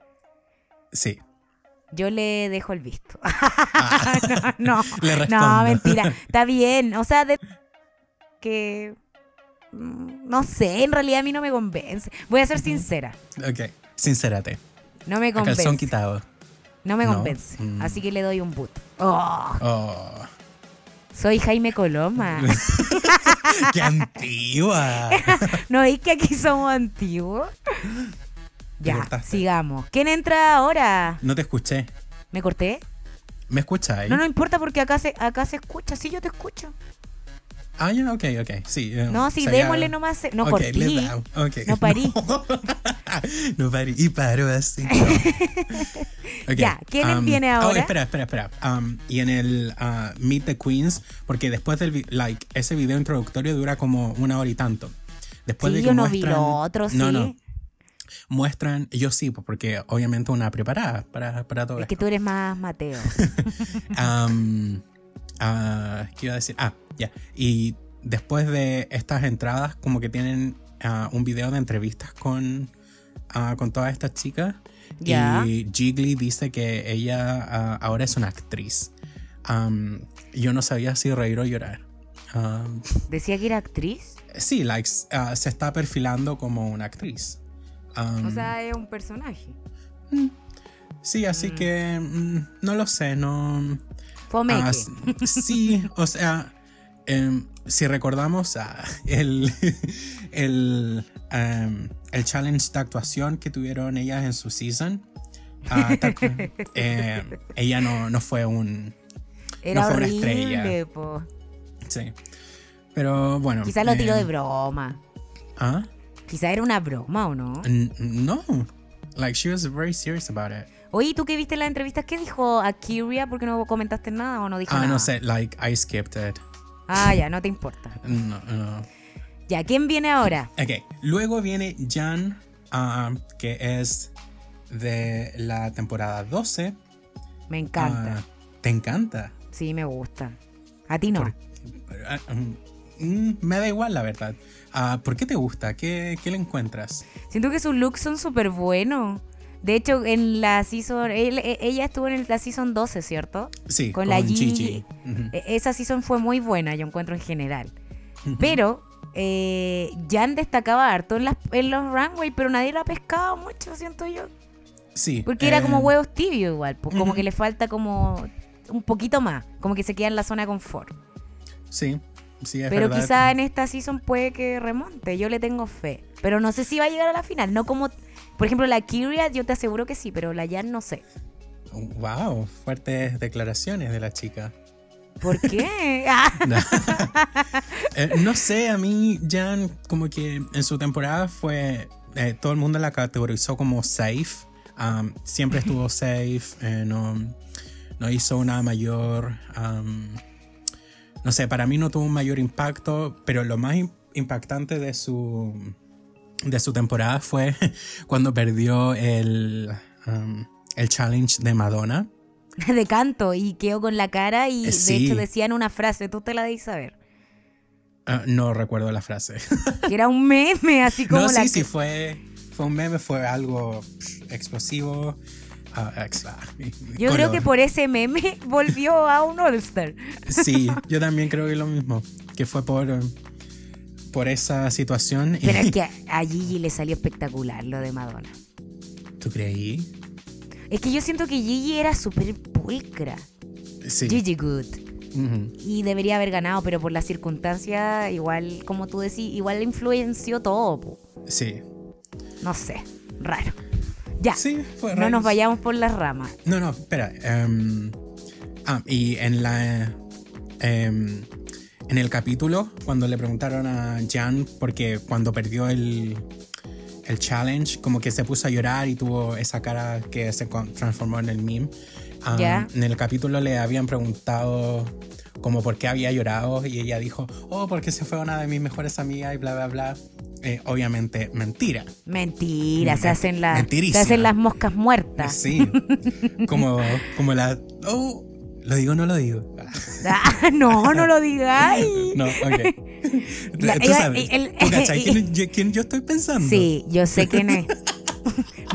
Sí.
Yo le dejo el visto. [laughs]
Ah.
No,
Le
no,
respondo.
mentira. Está bien. O sea, de que mm, no sé, en realidad a mí no me convence. Voy a ser sincera.
Ok, sincérate.
No me
A calzón
convence.
quitado.
No me
No.
convence.
Mm.
Así que le doy un boot. Oh,
Oh,
soy Jaime
[laughs]
Coloma. Ah. [laughs]
qué antigua.
¿No veis que aquí somos antiguos?
Te
Ya,
cortaste.
sigamos. ¿Quién entra ahora?
No te escuché.
¿Me corté?
¿Me escucháis?
No, no importa porque acá se, acá se escucha. Sí, yo te escucho.
Ah, ya, ok, ok. Sí. eh,
No, sí,
sería-
démosle nomás. eh, No
Ok,
por
le
ti.
damos, ok.
No
[laughs]
parí.
No. No parí. Y paró
[laughs]
así. no. Ok,
Ya, ¿quién
am,
viene
oh,
ahora?
espera, espera, espera. Am, y en el ah, Meet the Queens, porque después del. vi- Like, ese video introductorio dura como una hora y tanto. Después de
Sí,
que
yo no vi
muestran,
lo otro, sí.
No, no. Muestran, yo sí, pues, porque obviamente una preparada para, para todo
Es que
esto.
tú eres más
[laughs]
Mateo.
Am, ah, ¿Qué iba a decir? Ah, ya. Y después de estas entradas, como que tienen ah, un video de entrevistas con, ah, con todas estas chicas.
Ya.
Y Jiggly dice que ella ah, ahora es una actriz. Am, yo no sabía si reír o llorar. Am,
Decía que era actriz.
sí, like, ah, se está perfilando como una actriz. Am,
O sea, es un personaje.
Ah, sí, así que mm, no lo sé, no.
Fomeque.
Ah, s- sí, o sea, em, si recordamos ah, el, [laughs] el, em, el challenge de actuación que tuvieron ellas en su season, ah,
[laughs]
te acu- eh, ella no, no fue un...
era
no fue una
horrible,
estrella.
po.
Sí. Pero bueno.
Quizás lo tiró
eh,
de broma.
¿Ah?
Quizás era una broma o no.
N- No. Like, she was very serious about it.
Oye, ¿tú que viste en las entrevistas? ¿Qué dijo Akiria? ¿Por qué no comentaste nada o no dijo
Ah,
nada?
no sé, like, I skipped it.
Ah, ya, no te importa.
No, no.
Ya, ¿quién viene ahora?
Ok, luego viene Jan, ah, que es de la temporada 12.
Me encanta.
Ah, ¿Te encanta?
Sí, me gusta. A ti no.
Ah, mm, me da igual, la verdad. Ah, ¿Por qué te gusta? ¿Qué, qué le encuentras?
Siento que sus looks son súper buenos. De hecho, en la season. él- e- ella estuvo en el- la season 12, ¿cierto?
Sí,
Con la Gigi.
Ujú.
E- Esa season fue muy buena, yo encuentro en general. Pero. eh, Jan destacaba harto en, las, en los runway, pero nadie la pescaba mucho, siento yo.
Sí.
Porque era como
eh,
huevos tibios igual, po- como
ujú.
que le falta como un poquito más, como que se queda en la zona de confort.
Sí, sí, es
Pero
verdad.
quizá en esta season puede que remonte, yo le tengo fe. Pero no sé si va a llegar a la final, no como, por ejemplo, la Kyria, yo te aseguro que sí, pero la Jan no sé.
Wow, fuertes declaraciones de la chica.
¿Por qué?
[laughs]
Ah,
Eh, no sé, a mí Jan como que en su temporada fue, eh, todo el mundo la categorizó como safe, Um, siempre estuvo safe, eh, no, no hizo una mayor, um, no sé, para mí no tuvo un mayor impacto, pero lo más im- impactante de su, de su temporada fue [laughs] cuando perdió el, um, el challenge de Madonna.
[laughs] de canto y quedó con la cara y
Eh,
de
sí.
hecho decían una frase, tú te la debes saber,
Ah, no recuerdo la frase. [laughs]
que era un meme así [laughs] como
No,
la
sí, sí,
que-
fue, fue un meme, fue algo psh, explosivo. ah, ex- ah, [laughs] y- y
Yo creo
color.
que por ese meme [laughs] volvió a un
[laughs]
All-Star. [laughs]
Sí, yo también creo que lo mismo, que fue por, eh, por esa situación.
Pero
[laughs] y,
es que a- a Gigi le salió espectacular lo de Madonna.
¿Tú creí?
Es que yo siento que Gigi era súper pulcra.
Sí.
Gigi Good.
Ujú.
Y debería haber ganado, pero por las circunstancias, igual, como tú decís, igual le influenció todo. po.
Sí.
No sé, raro. Ya,
Sí, fue
no
raro.
nos vayamos por las ramas.
No, no, espera. em, ah, y en la. em, en el capítulo, cuando le preguntaron a Jan, porque cuando perdió el, el challenge, como que se puso a llorar y tuvo esa cara que se con- transformó en el meme. Ah,
Ya.
En el capítulo le habían preguntado como por qué había llorado y ella dijo, oh, porque se fue una de mis mejores amigas y bla, bla, bla. Eh, obviamente, mentira.
Mentira, se hacen, las se
Mm, Mentirísima.
hacen las moscas muertas.
Eh, Sí. Como, como la. Oh, ¿Lo digo o no
[laughs]
lo digo?
[laughs] Ah, no, no lo digáis.
[laughs] No, ok.
La-
Tú
iba-
sabes.
el-
tú
[laughs]
cachai quién, yo, quién yo estoy pensando?
Sí, yo sé quién
[laughs]
es.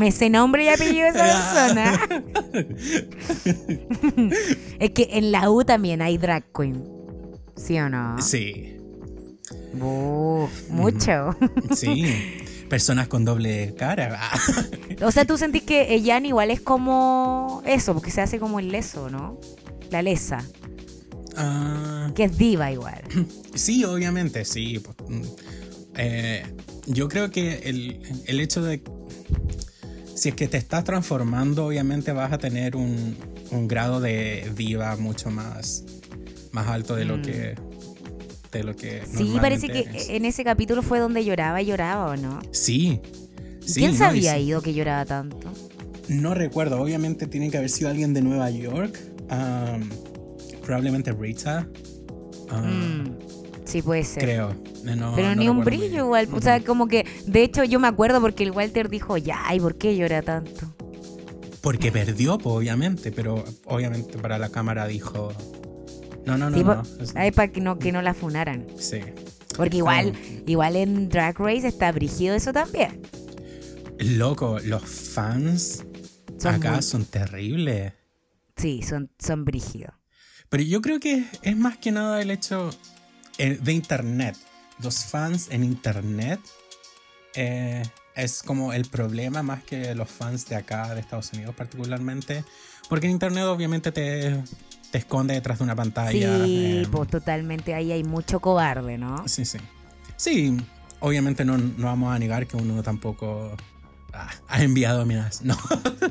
Me sé nombre y apellido de esa persona.
[laughs]
es que en la U también hay drag queen. ¿Sí o no?
Sí.
Uf, mucho. [laughs]
Sí. Personas con doble cara. Ah,
o sea, tú sentís que Jan igual es como eso, porque se hace como el leso, ¿no? La lesa,
ah,
que es diva
[clears throat]
igual.
sí, obviamente, sí. pues, mm. Eh, yo creo que el, el hecho de. Si es que te estás transformando, obviamente vas a tener un, un grado de diva mucho más, más alto de lo que fuerte lo que.
Mm. Sí, parece que eh,
normalmente es.
en ese capítulo fue donde lloraba y lloraba, ¿o no?
Sí.
¿Y
sí,
¿Quién
no,
se
y
había
sí.
ido que lloraba tanto?
No recuerdo, obviamente tiene que haber sido alguien de Nueva York. am, probablemente Rita. am,
Mm, Sí, puede ser.
Ah. Creo. No- no-
Pero
no
ni un
recuerdo muy bien.
brillo igual. O sea, como que, de hecho, yo me acuerdo porque el Walter dijo, ya, ¿y por qué llora tanto?
Porque perdió, po, obviamente, pero obviamente para la cámara dijo. No, no, no.
Sí, pues, po-
no. es-
Ay, para que no, que no la funaran.
Sí.
Porque igual,
Pero-
igual en Drag Race está brígido eso también.
Loco, los fans
Son
acá
muy-
son terribles.
Sí, son, son brígidos.
Pero yo creo que es más que nada el hecho eh, de internet. Los fans en internet eh, es como el problema más que los fans de acá, de Estados Unidos particularmente. Porque en internet obviamente te, te esconde detrás de una pantalla.
Sí,
em,
pues totalmente ahí hay mucho cobarde, ¿no?
Sí, sí. Sí, obviamente no, no vamos a negar que uno tampoco ah, ha enviado amenazas.
[laughs]
No,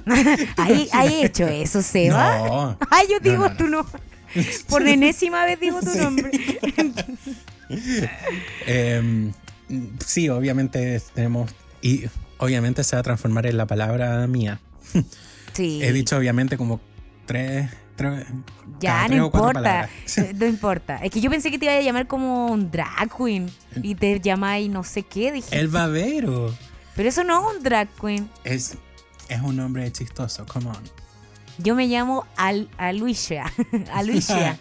[laughs]
¿Hay, hay hecho eso, Seba?
no.
[laughs] Ay, yo digo
No, no, no.
tu
[laughs]
nombre. Por enésima vez digo tu
Sí. [laughs]
nombre.
Em, sí, obviamente tenemos. Y obviamente se va a transformar en la palabra mía.
Sí.
He dicho, obviamente, como tres. tres-
Ya,
cada
no
tres o cuatro
importa. [laughs]
palabras.
Eh, No importa. Es que yo pensé que te iba a llamar como un drag queen. Y te llamáis no sé qué, dije.
El babero
Pero eso no es un drag queen.
es, es un nombre chistoso, come on.
Yo me llamo Al Aluisha. [laughs]
[laughs]
Aluisha.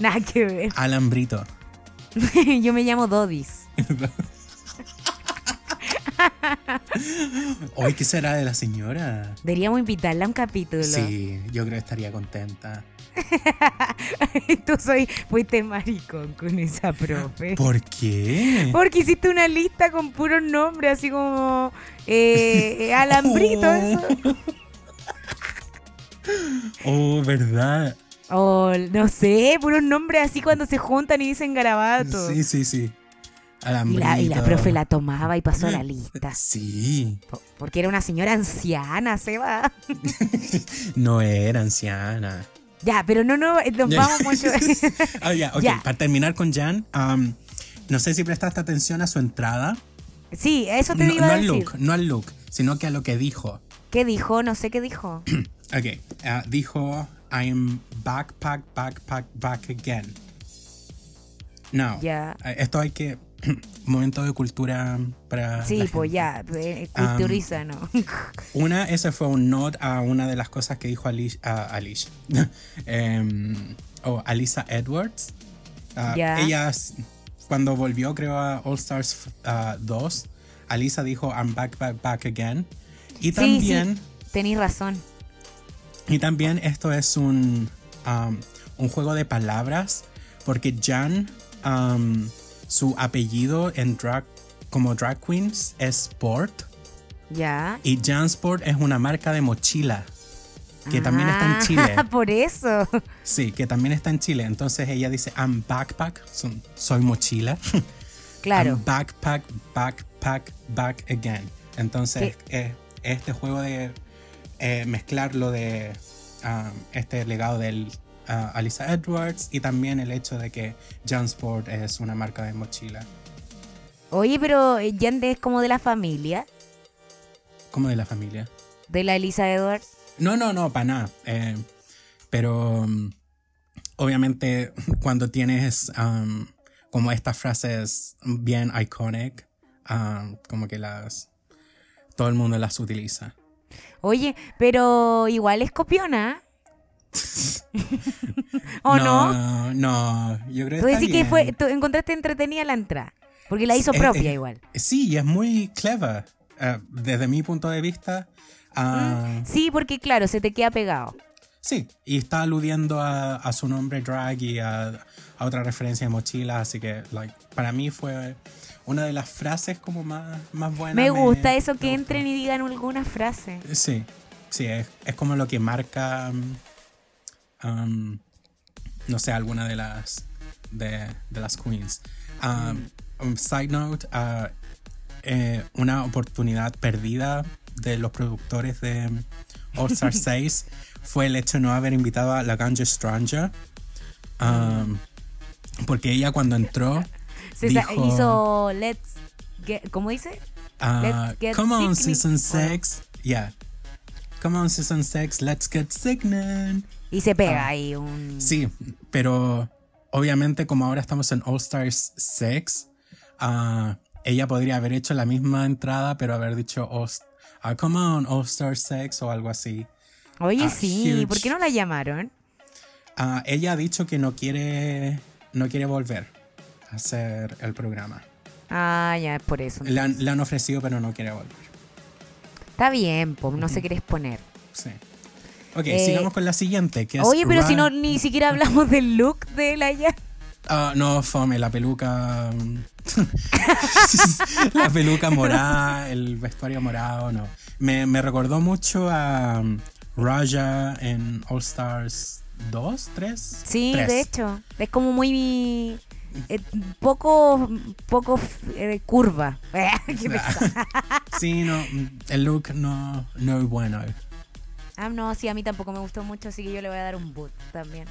Nada que ver. [laughs]
Alambrito.
Yo me llamo Dodis.
Hoy, ¿qué será de la señora?
Deberíamos invitarla a un capítulo.
Sí, yo creo que estaría contenta.
[laughs] Tú soy, fuiste maricón con esa profe.
¿Por
[laughs]
qué?
Porque hiciste una lista con puros nombres, así como eh, eh, alambrito.
Oh.
Eso.
[laughs] Oh, verdad.
O Oh, no sé, puros nombres así cuando se juntan y dicen garabato.
Sí, sí, sí.
y,
Alambrito.
la, y la profe la tomaba y pasó a
[laughs]
la lista.
Sí,
Po- Porque era una señora anciana, se va.
no era anciana.
[laughs] Ya, pero no, no, eh, nos vamos
[laughs]
mucho.
Ah, ya, ok.
Ya.
Para terminar con Jan, am, no sé si prestaste atención a su entrada.
sí, eso te
No,
iba
no
a
al
decir.
look, no al look, sino que a lo que dijo.
¿Qué dijo? No sé qué
[clears throat]
dijo.
Ok, ah, dijo, I'm back, back, back, back, back again. No.
Ya.
Ah, Esto hay que... [clears throat] Momento de cultura para...
Sí,
la
pues
gente.
ya, eh,
Um,
culturiza, ¿no? [laughs]
Una, ese fue un nod a una de las cosas que dijo Alicia, a Alicia. [laughs] Em, o Alisa Edwards. Ah,
Ya.
Ella, s- cuando volvió, creo, a All Stars ah, 2, Alisa dijo, I'm back, back, back again.
Sí,
Y
sí,
también,
tenéis razón.
y también esto es un, am, un juego de palabras, porque Jan, am, su apellido en drag, como drag queens es Sport.
Ya.
Y Jansport es una marca de mochila que también está
Ah, [laughs]
en Chile.
Por eso.
Sí, que también está en Chile. Entonces ella dice, I'm backpack, son- soy mochila. [laughs]
Claro.
I'm backpack, backpack, back again. Entonces eh, este juego de eh, mezclar lo de um, este legado del ah, Alisa Edwards y también el hecho de que Jansport es una marca de mochila.
Oye, pero eh, Yande es como de la familia,
Como de la familia.
de la Elisa Edwards.
No, no, no, para nada. Eh, pero mm, obviamente [laughs] cuando tienes um, como estas frases bien iconic, um, como que las... Todo el mundo las utiliza.
Oye, pero igual es copiona. ¿O no?
No, no, yo creo
Tú
que... está
decís que
bien.
fue, tú encontraste entretenida la entrada. Porque la hizo
Eh,
propia
eh,
igual.
Sí, y es muy clever. eh, desde mi punto de vista, ah,
Sí, porque claro, se te queda pegado.
sí. Y está aludiendo a, a su nombre drag y a, a otra referencia de mochila. Así que, like, para mí fue una de las frases como más, más buenas.
me gusta eso
me
que
gustó.
entren y digan alguna frase.
Sí, sí, es, es como lo que marca, um, um, no sé, alguna de las, de, de las queens. Um, um, side note, uh, eh, una oportunidad perdida de los productores de All Star 6 fue el hecho de no haber invitado a La Ganja Stranger. Um, Porque ella cuando entró
Se sa-
dijo,
hizo Let's Get. ¿Cómo dice?
ah,
let's get
Come on
sickening".
season
¿O no?
6, yeah. Come on season 6, let's get sickening.
Y se
Ah.
pega ahí un.
Sí, pero obviamente como ahora estamos en All Stars 6, ah, ella podría haber hecho la misma entrada, pero haber dicho, All- ah, come on, All Stars 6 o algo así.
Oye,
Ah,
sí, ¿por
huge.
qué no la llamaron?
Ah, ella ha dicho que no quiere, no quiere volver a hacer el programa.
Ah, ya, es por eso.
Le han, le han ofrecido, pero no quiere volver.
Está bien, po, no se quiere exponer.
Sí. Ok,
Eh,
sigamos con la siguiente. Que es
Oye, pero si
Ra-
no, ni siquiera hablamos del look de la ya.
Ah, no, fome, la peluca. mm. [laughs] la peluca morada, el vestuario morado, no. Me, me recordó mucho a mm, Raja en All Stars 2, 3.
Sí,
3.
de hecho. Es como muy. eh, poco. poco eh, curva. [laughs] Qué pesada.
Sí, no, mm, el look no, no es bueno.
ah, no, sí, a mí tampoco me gustó mucho, así que yo le voy a dar un boot también.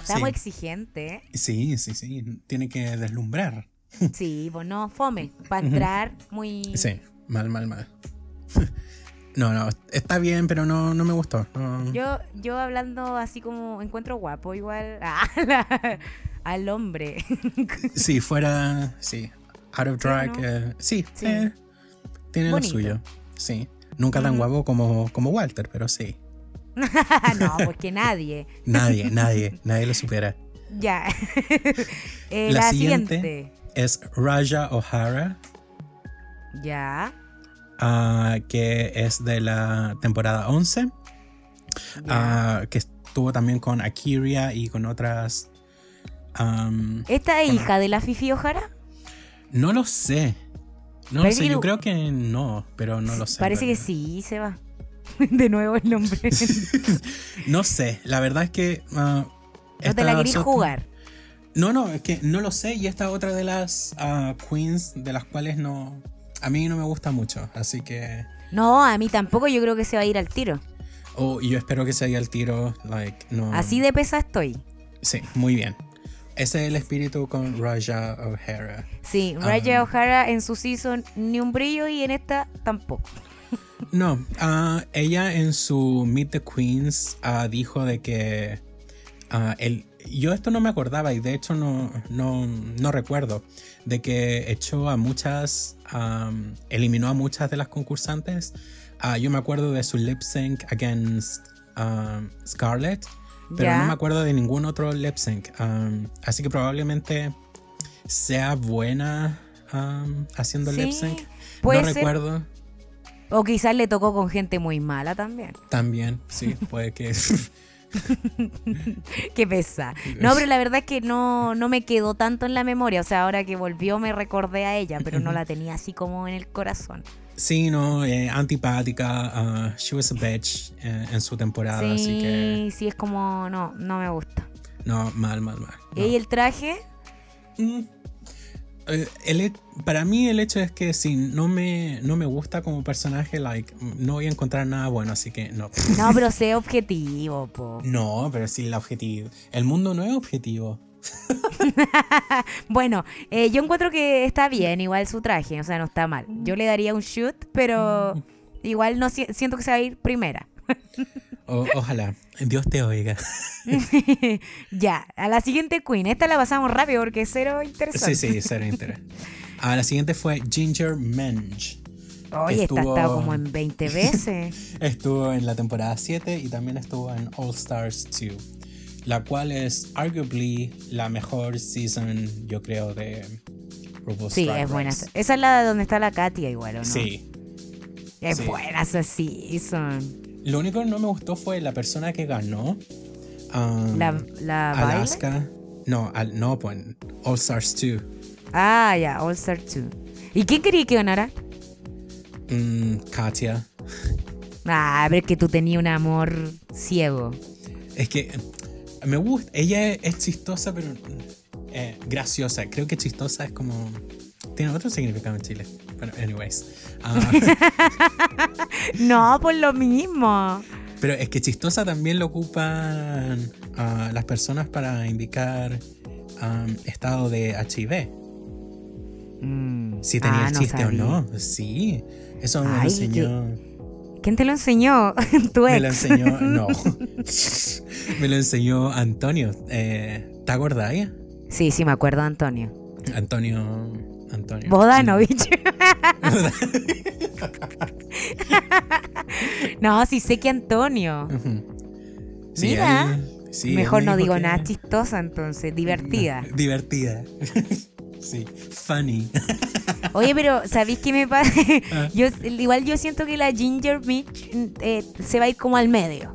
Está
Sí.
muy exigente, ¿eh?
Sí, sí, sí, tiene que deslumbrar.
Sí, pues no, fome. Para entrar, muy.
Sí, mal, mal, mal. [laughs] No, no, está bien, pero no, no me gustó. no.
Yo, yo hablando así como encuentro guapo igual [laughs] a la- al hombre. [laughs]
Sí, fuera. Sí. Out of drag.
¿no?
eh, sí,
Sí.
eh, tiene
Bonito.
lo suyo. Sí. Nunca tan guapo como, como Walter, pero sí.
no, porque nadie. [laughs]
Nadie, nadie, nadie lo supera.
Ya. [laughs] Eh,
La
la,
siguiente.
siguiente.
Es Raja O'Hara,
Ya.
ah, que es de la temporada 11,
ya.
ah, que estuvo también con Akiria y con otras. am,
¿Esta es hija de la Fifi Ojara?
no lo sé. No lo
Parece
sé,
que
yo
lo-
creo que no, pero no lo sé. en
Parece que
realidad.
sí, se va. [laughs] De nuevo el nombre.
[laughs] No sé, la verdad es que. ah,
no te la
estas
querís
otras-
jugar.
No, no, es que no lo sé. Y esta otra de las ah, queens de las cuales no. A mí no me gusta mucho. Así que.
No, a mí tampoco, yo creo que se va a ir al tiro.
Oh, y yo espero que se haya el tiro. Like, no.
Así de pesa estoy.
Sí, muy bien. Ese es el espíritu con Raja O'Hara.
Sí,
Ah.
Raya O'Hara en su season ni un brillo y en esta tampoco.
No, ah, ella en su Meet the Queens ah, dijo de que ah, el, yo esto no me acordaba y de hecho no, no, no recuerdo de que echó a muchas, am, eliminó a muchas de las concursantes. Ah, yo me acuerdo de su lip sync against am, Scarlett, pero
Ya.
no me acuerdo de ningún otro lip sync. Am, así que probablemente sea buena am, haciendo lip
Sí,
sync.
puede
no
ser.
recuerdo.
O quizás le tocó con gente muy mala también. [laughs]
También, sí, puede que. [laughs]
Qué pesa. No, pero la verdad es que no, no me quedó tanto en la memoria. O sea, ahora que volvió me recordé a ella, pero
[laughs]
no la tenía así como en el corazón.
sí, no, eh, antipática, ah, she was a bitch eh, en su temporada, así que.
Sí, sí, es como, no, no me gusta.
No, mal, mal, mal. no.
¿Y el traje?
Mm. Eh, el he- para mí el hecho es que si no me, no me gusta como personaje, like, no voy a encontrar nada bueno, así que no.
No, pero sé objetivo, po.
No, pero sí, el objetivo. El mundo no es objetivo.
Bueno, eh, yo encuentro que está bien igual su traje, o sea, no está mal. Yo le daría un shoot, pero
[laughs]
igual no si- siento que se va a ir primera. [laughs]
O- ojalá. Dios te oiga.
ya, a la siguiente queen. Esta la pasamos rápido porque es cero interesante.
Sí, sí, cero interés. Ah, la siguiente fue Ginger Menge.
Oye, esta ha
Estuvo-
estado como en
[laughs]
20 veces.
Estuvo en la temporada 7 y también estuvo en All Stars 2, la cual es arguably la mejor season, yo creo, de RuPaul's
Sí,
Drag
es buena.
Race.
Esa es la donde está la Katia igual, ¿o no?
Sí.
Es
sí.
buena esa season.
Lo único que no me gustó fue la persona que ganó. um,
La, la Violet.
Alaska. No, al, no, pues All Stars 2.
Ah, ya, All Star 2. ¿Y quién quería que ganara?
Mm, Katia.
Ah, a ver que tú tenías un amor ciego. [laughs]
Es que eh, me gusta. Ella es, es chistosa, pero eh, graciosa. Creo que chistosa es como. Tiene otro significado en Chile. Bueno, anyways. Ah,
[laughs] No, por lo mismo.
pero es que chistosa también lo ocupan ah, las personas para indicar um, estado de HIV.
Mm.
Si tenía
Ah,
el
no
chiste
sabía.
o no. Sí. Eso me lo
Ay,
enseñó.
¿Quién te lo enseñó? [laughs] tu ex.
Me lo enseñó.
[laughs]
No. me lo enseñó Antonio. Eh, ¿Te acordáis?
Sí, sí, me acuerdo, Antonio.
Antonio. Antonio.
Bodanovich. [laughs]
[laughs]
no, sí sé que Antonio.
Ujú. Sí,
Mira.
él- sí, él
Mejor
me
no
dijo
digo
que-
nada chistosa entonces, divertida.
Divertida. [laughs] sí. Funny.
Oye, pero ¿sabéis qué me pasa?
[laughs] Ah.
[laughs] yo, igual yo siento que la Ginger Mitch eh, se va a ir como al medio.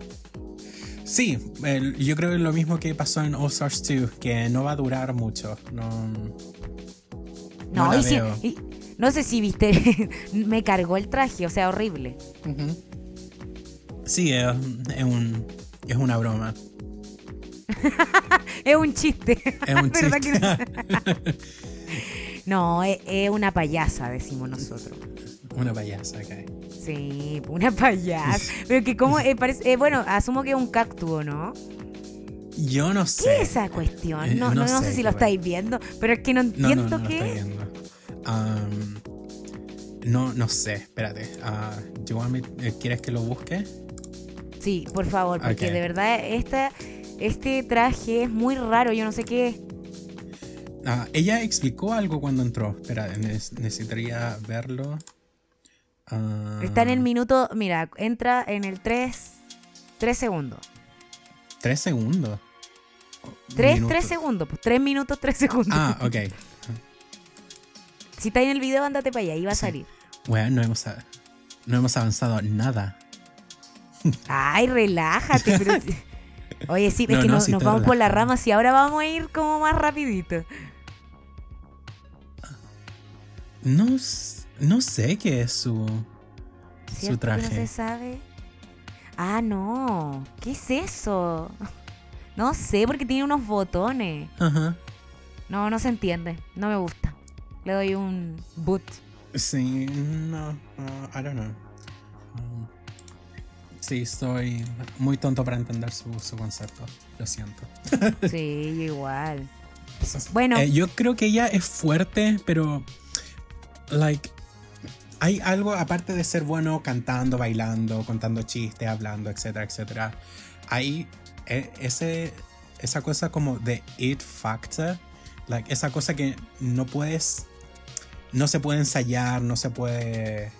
Sí, el- yo creo que lo mismo que pasó en All Stars 2, que no va a durar mucho. No.
No,
No la
y si-
veo.
y- no sé si viste, [laughs] me cargó el traje, o sea, horrible.
Sí, es, es un, es una broma.
Es un chiste. [laughs]
Es un
¿Verdad
chiste. [laughs]
que No, es, es una payasa, decimos nosotros.
una payasa, ok.
Sí, una
[laughs]
payasa. Pero que como, eh, parece- eh, bueno, asumo que es un cactus, ¿no?
Yo no
¿Qué
sé.
es esa cuestión?
Eh,
No, no, no sé, si lo
bueno.
estáis viendo, pero es que no
No,
entiendo
no, no lo estoy
qué.
viendo. Am, no, no sé, espérate. Ah, you want me- eh, ¿Quieres que lo busque?
Sí, por favor, porque
Ok.
de verdad esta, este traje es muy raro, yo no sé qué es.
Ah, ella explicó algo cuando entró. Espera, ne- necesitaría verlo. Ah,
Está en el minuto, mira, entra en el 3, 3 segundos.
Tres segundos.
3,
Minutos.
3 segundos, pues 3 minutos, 3 segundos.
Ah, ok.
[laughs] Si está en el video, ándate para allá, ahí va a
Sí.
salir.
Bueno, no hemos, a- no hemos avanzado nada.
Ay, relájate. pero-
[laughs]
Oye, sí,
No,
es que
no,
no-
sí
nos
estoy
vamos por las
relajado.
ramas y ahora vamos a ir como más rapidito.
No, s- no sé qué es su.
¿Cierto que
traje.
No se sabe. Ah, no. ¿Qué es eso? No sé, porque tiene unos botones.
Ajá.
No, no se entiende. No me gusta. Le doy un boot.
Sí, no. no, I don't know. Um, sí, estoy muy tonto para entender su, su concepto. Lo siento.
Sí, yo igual. Bueno.
Eh, yo creo que ella es fuerte, pero. Like. Hay algo, aparte de ser bueno cantando, bailando, contando chistes, hablando, etcétera, etcétera. Hay eh, ese, esa cosa como de it factor. Like, esa cosa que no puedes. No se puede ensayar, no se puede. eh,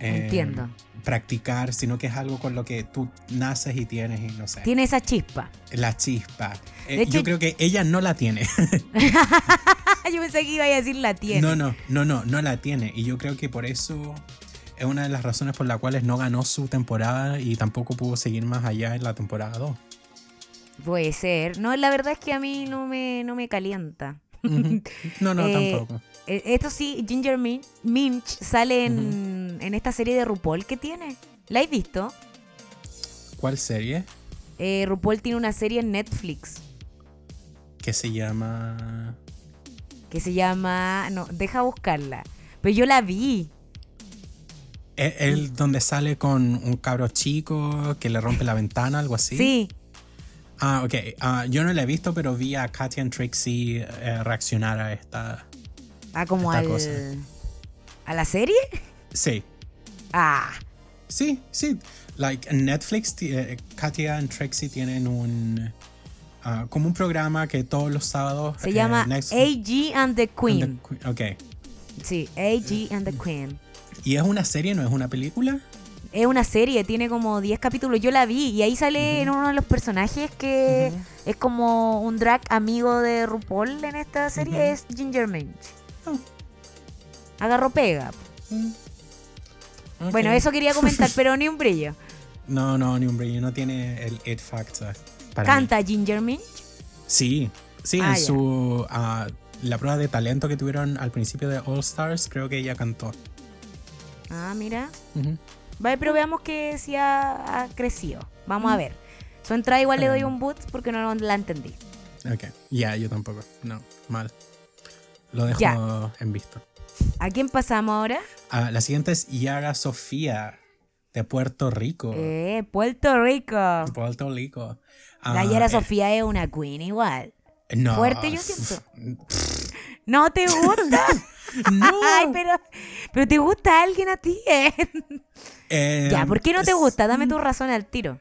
Entiendo.
Practicar, sino que es algo con lo que tú naces y tienes y no sé.
Tiene esa chispa. [laughs]
La chispa. Eh,
De hecho-
yo creo que ella no la tiene.
yo pensé que iba a decir la tiene.
No, no, no, no, no la tiene. Y yo creo que por eso es una de las razones por las cuales no ganó su temporada y tampoco pudo seguir más allá en la temporada 2.
Puede ser. No, la verdad es que a mí no me, no me calienta.
Ujú. No, no,
Eh,
tampoco.
Eh, Esto sí, Ginger Min- Minch sale en, en esta serie de RuPaul que tiene. ¿La has visto?
¿Cuál serie?
Eh, RuPaul tiene una serie en Netflix
Que se llama.
que se llama. No, deja buscarla. Pero yo la vi.
Él, él donde sale con un cabro chico que le rompe la ventana, algo así.
Sí.
Ah, ok. Ah, yo no la he visto, pero vi a Katia y Trixie eh, reaccionar a esta.
Ah, como
Esta
al.
cosa.
¿A la serie?
Sí,
Ah.
Sí, sí. Like en Netflix, ti- eh, Katia y Trixie tienen un. ah, como un programa que todos los sábados.
Se
eh,
llama
Next-
AG and the Queen.
and the Eh, mm. Queen, Ok.
Sí, AG and the Queen.
¿Y es una serie, no es una película?
Es una serie, tiene como 10 capítulos. Yo la vi y ahí sale en uno de los personajes que es como un drag amigo de RuPaul en esta serie,
Ujú.
es Ginger Minch.
Oh,
Agarró pega.
mm. Ok.
Bueno, eso quería
[laughs]
comentar, pero ni un brillo.
No, no, ni un brillo, no tiene el it factor. para mí.
Canta Ginger Minch.
Sí, sí,
Ah,
en
ya.
su. ah, la prueba de talento que tuvieron al principio de All Stars, creo que ella cantó.
Ah, mira.
Ujú.
Vale, pero veamos que si ha, ha crecido. Vamos a ver. Su entrada igual le doy un boot porque no la entendí.
Ok. Ya, yo tampoco. No, mal. Lo dejo
Ya.
en visto.
¿A quién pasamos ahora?
Ah, la siguiente es Yara Sofía de Puerto Rico.
Eh, Puerto Rico.
Puerto Rico. Oh. Ah,
La Yara
eh,
Sofía es una queen igual.
No.
Fuerte yo
[laughs]
siento. ¿No te gusta?
No.
Ay, pero, pero te gusta alguien a ti, ¿eh?
Eh,
ya, ¿por qué no te
es-
gusta? Dame tu razón al tiro.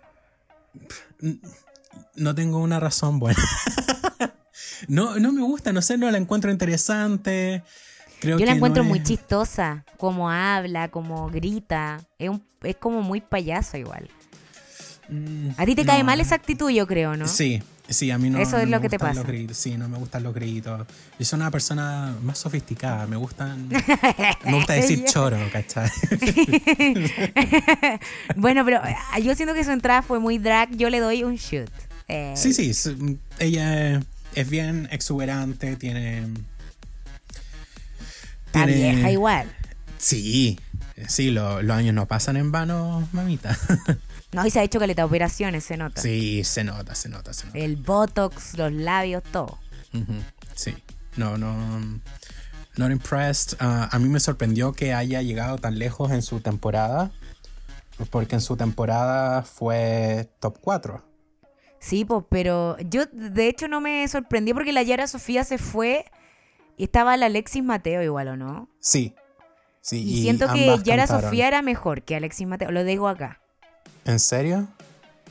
No tengo una razón buena. [laughs] no, no me gusta, no sé, no la encuentro interesante. Creo
Yo
que
la
no
encuentro muy
es-
chistosa, como habla, como grita. Es, un- es como muy payaso igual.
Mm,
A ti te cae
no.
mal esa actitud, yo creo, ¿no?
Sí, sí, a mí no,
Eso es
no
lo
me
que te
gustan los
pasa.
gritos. Sí, no me gustan los gritos. Yo soy una persona más sofisticada, me
[laughs]
gustan... me gusta decir choro, ¿cachai?
Bueno, pero ah, yo siento que su entrada fue muy drag. Yo le doy un shoot. Eh,
Sí, sí, es- ella es bien exuberante, tiene...
Está
tiene-
vieja igual.
Sí, sí, lo- los años no pasan en vano, mamita. [laughs]
No, y se ha hecho caleta operaciones, se nota.
Sí, se nota, se nota, se nota.
El botox, los labios, todo.
Ujú, Sí, no, no. Not impressed. Ah, a mí me sorprendió que haya llegado tan lejos en su temporada. Porque en su temporada fue top 4.
Sí, pues, pero yo de hecho no me sorprendí porque la Yara Sofía se fue y estaba la Alexis Mateo igual, ¿o no?
Sí. Sí,
Y, siento que
ambas
Yara
cantaron.
Sofía era mejor que Alexis Mateo, lo digo acá.
¿En serio?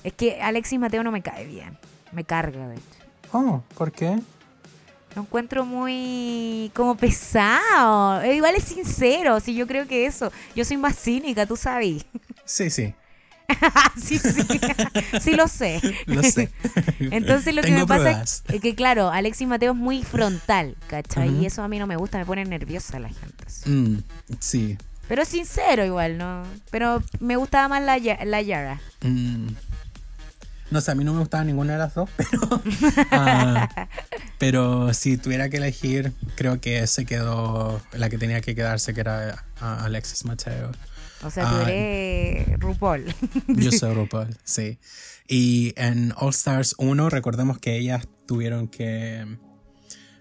Es que Alexis Mateo no me cae bien, me carga, de hecho.
Oh, ¿por qué?
Lo encuentro muy como pesado. Eh, Igual es sincero, sí, yo creo que eso. Yo soy más cínica, tú sabes. [laughs]
Sí, sí,
sí, sí. [laughs] sí lo sé.
lo [laughs] sé.
Entonces lo que
Tengo
me pasa
pruebas.
es, es que, claro, Alexis Mateo es muy frontal, ¿cachai?
Ujú.
Y eso a mí no me gusta, me pone nerviosa la gente. así.
Mm, sí.
Pero sincero igual, ¿no? Pero me gustaba más la, Ya- la Yara.
Mm. No sé, a mí no me gustaba ninguna de las dos, [laughs] pero. ah, pero si tuviera que elegir, creo que se quedó la que tenía que quedarse, que era ah, Alexis [laughs] Mateo.
O sea, tú
Ah.
eres RuPaul. [laughs]
Yo soy RuPaul, sí. Y en All Stars 1, recordemos que ellas tuvieron que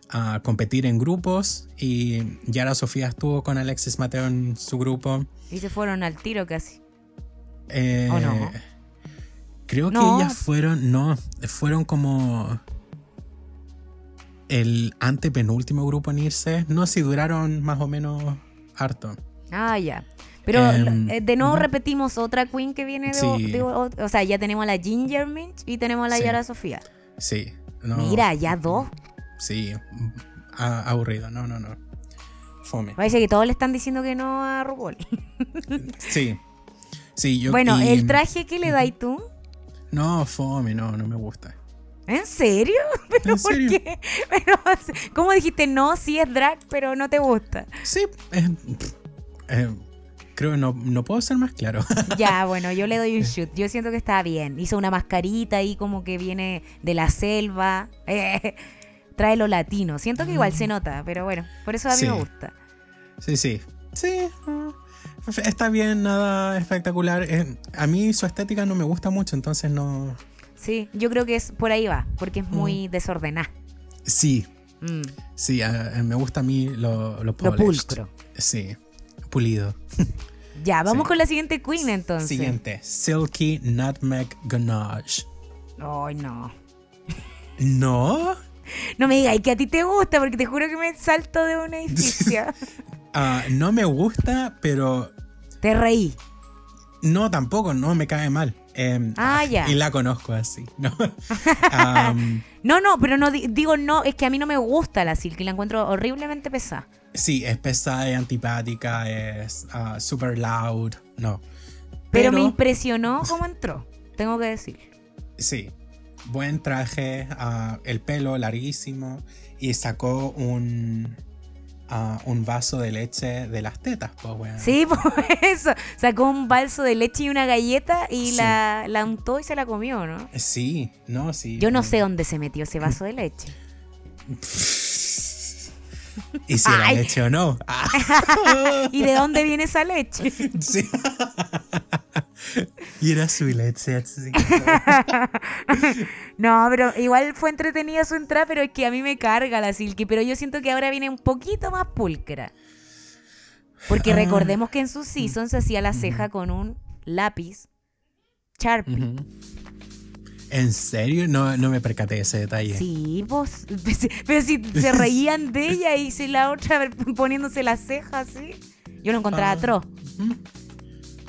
ah, competir en grupos y Yara Sofía estuvo con Alexis Mateo en su grupo.
y se fueron al tiro casi.
Eh,
¿O no?
Creo
No.
que ellas fueron, no, fueron como el antepenúltimo grupo en irse. No, si duraron más o menos harto.
Ah, ya. Pero
Em,
eh, de nuevo
ujú.
repetimos otra queen que viene de,
Sí.
de- o, o sea, ya tenemos a la Ginger Minch y tenemos a la
Sí.
Yara Sofía.
Sí. no,
Mira, ya dos.
Sí, a- aburrido. No, no, no. Fome.
Parece que todos le están diciendo que no a RuPaul.
Sí. Sí,
[laughs]
yo
bueno,
y-
el traje que le dais tú.
No, fome, no, no me gusta.
¿En serio? [laughs] ¿Pero
¿En
por
serio?
qué? [laughs] Pero, ¿Cómo dijiste? No, sí es drag, pero no te gusta.
Sí, eh, pff, eh, creo que no, no puedo ser más claro. [laughs]
Ya, bueno, yo le doy un shoot. Yo siento que está bien. Hizo una mascarita ahí como que viene de la selva. [laughs] Eh, trae lo latino. Siento que igual se nota, pero bueno, por eso a mí
Mm. Sí.
me gusta.
Sí, sí. Sí. mm, Está bien, nada espectacular. Eh, a mí su estética no me gusta mucho, entonces no.
Sí, yo creo que es por ahí va, porque es muy
Mm.
desordenada.
Sí,
Mm,
sí, a- a- me gusta a mí lo, lo
lo
polished.
pulcro.
Sí, pulido.
Ya, vamos
Sí.
con la siguiente queen entonces.
Siguiente, Silky Nutmeg Ganache.
Ay, no.
¿No?
No me digas, "Ay, que a ti te gusta, porque te juro que me salto de
[laughs]
un edificio.
Ah, no me gusta, pero
te reí.
no tampoco, no me cae mal. Em,
Ah, ya.
Y la conozco así,
[laughs]
¿no? Am,
No, no, pero no di- digo no, es que a mí no me gusta la Silky, la encuentro horriblemente pesada.
sí, es pesada, es antipática, es ah, super loud. No.
Pero, me impresionó cómo entró, tengo que decir.
Sí, buen traje, ah, el pelo larguísimo y sacó un, ah, un vaso de leche de las tetas, pues, weón.
Sí, [laughs] por eso. Sacó un balso de leche y una galleta y
Sí.
la, la untó y se la comió, ¿no?
Sí, no, sí.
Yo no sé dónde se metió ese vaso de leche.
Y si era
Ay.
leche o no. [laughs] Ah,
¿Y de dónde viene esa leche?
sí. y era su
[laughs]
leche. así.
No, pero igual fue entretenida su entrada, pero es que a mí me carga la Silky. Pero yo siento que ahora viene un poquito más pulcra. Porque
Ah.
recordemos que en su season se hacía la ceja con un lápiz Sharpie.
Ujú. ¿En serio? No, no me percaté de ese detalle.
Sí, vos. [laughs] Pero si se reían de ella y si la otra [laughs] poniéndose las cejas, ¿sí? Yo lo encontraba
Ah.
atroz.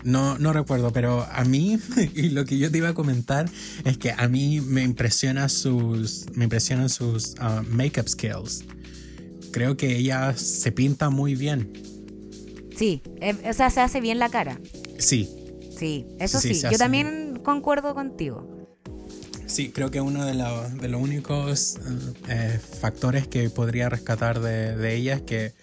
No, no recuerdo, pero a mí, [laughs] y lo que yo te iba a comentar, es que a mí me, impresiona sus, me impresionan sus ah, makeup skills. Creo que ella se pinta muy bien.
Sí, eh, o sea, se hace bien la cara.
Sí,
Sí, eso
Sí,
sí.
se
Yo
hace-
también concuerdo contigo.
sí, creo que uno de, la- de los únicos eh, factores que podría rescatar de, de ella es que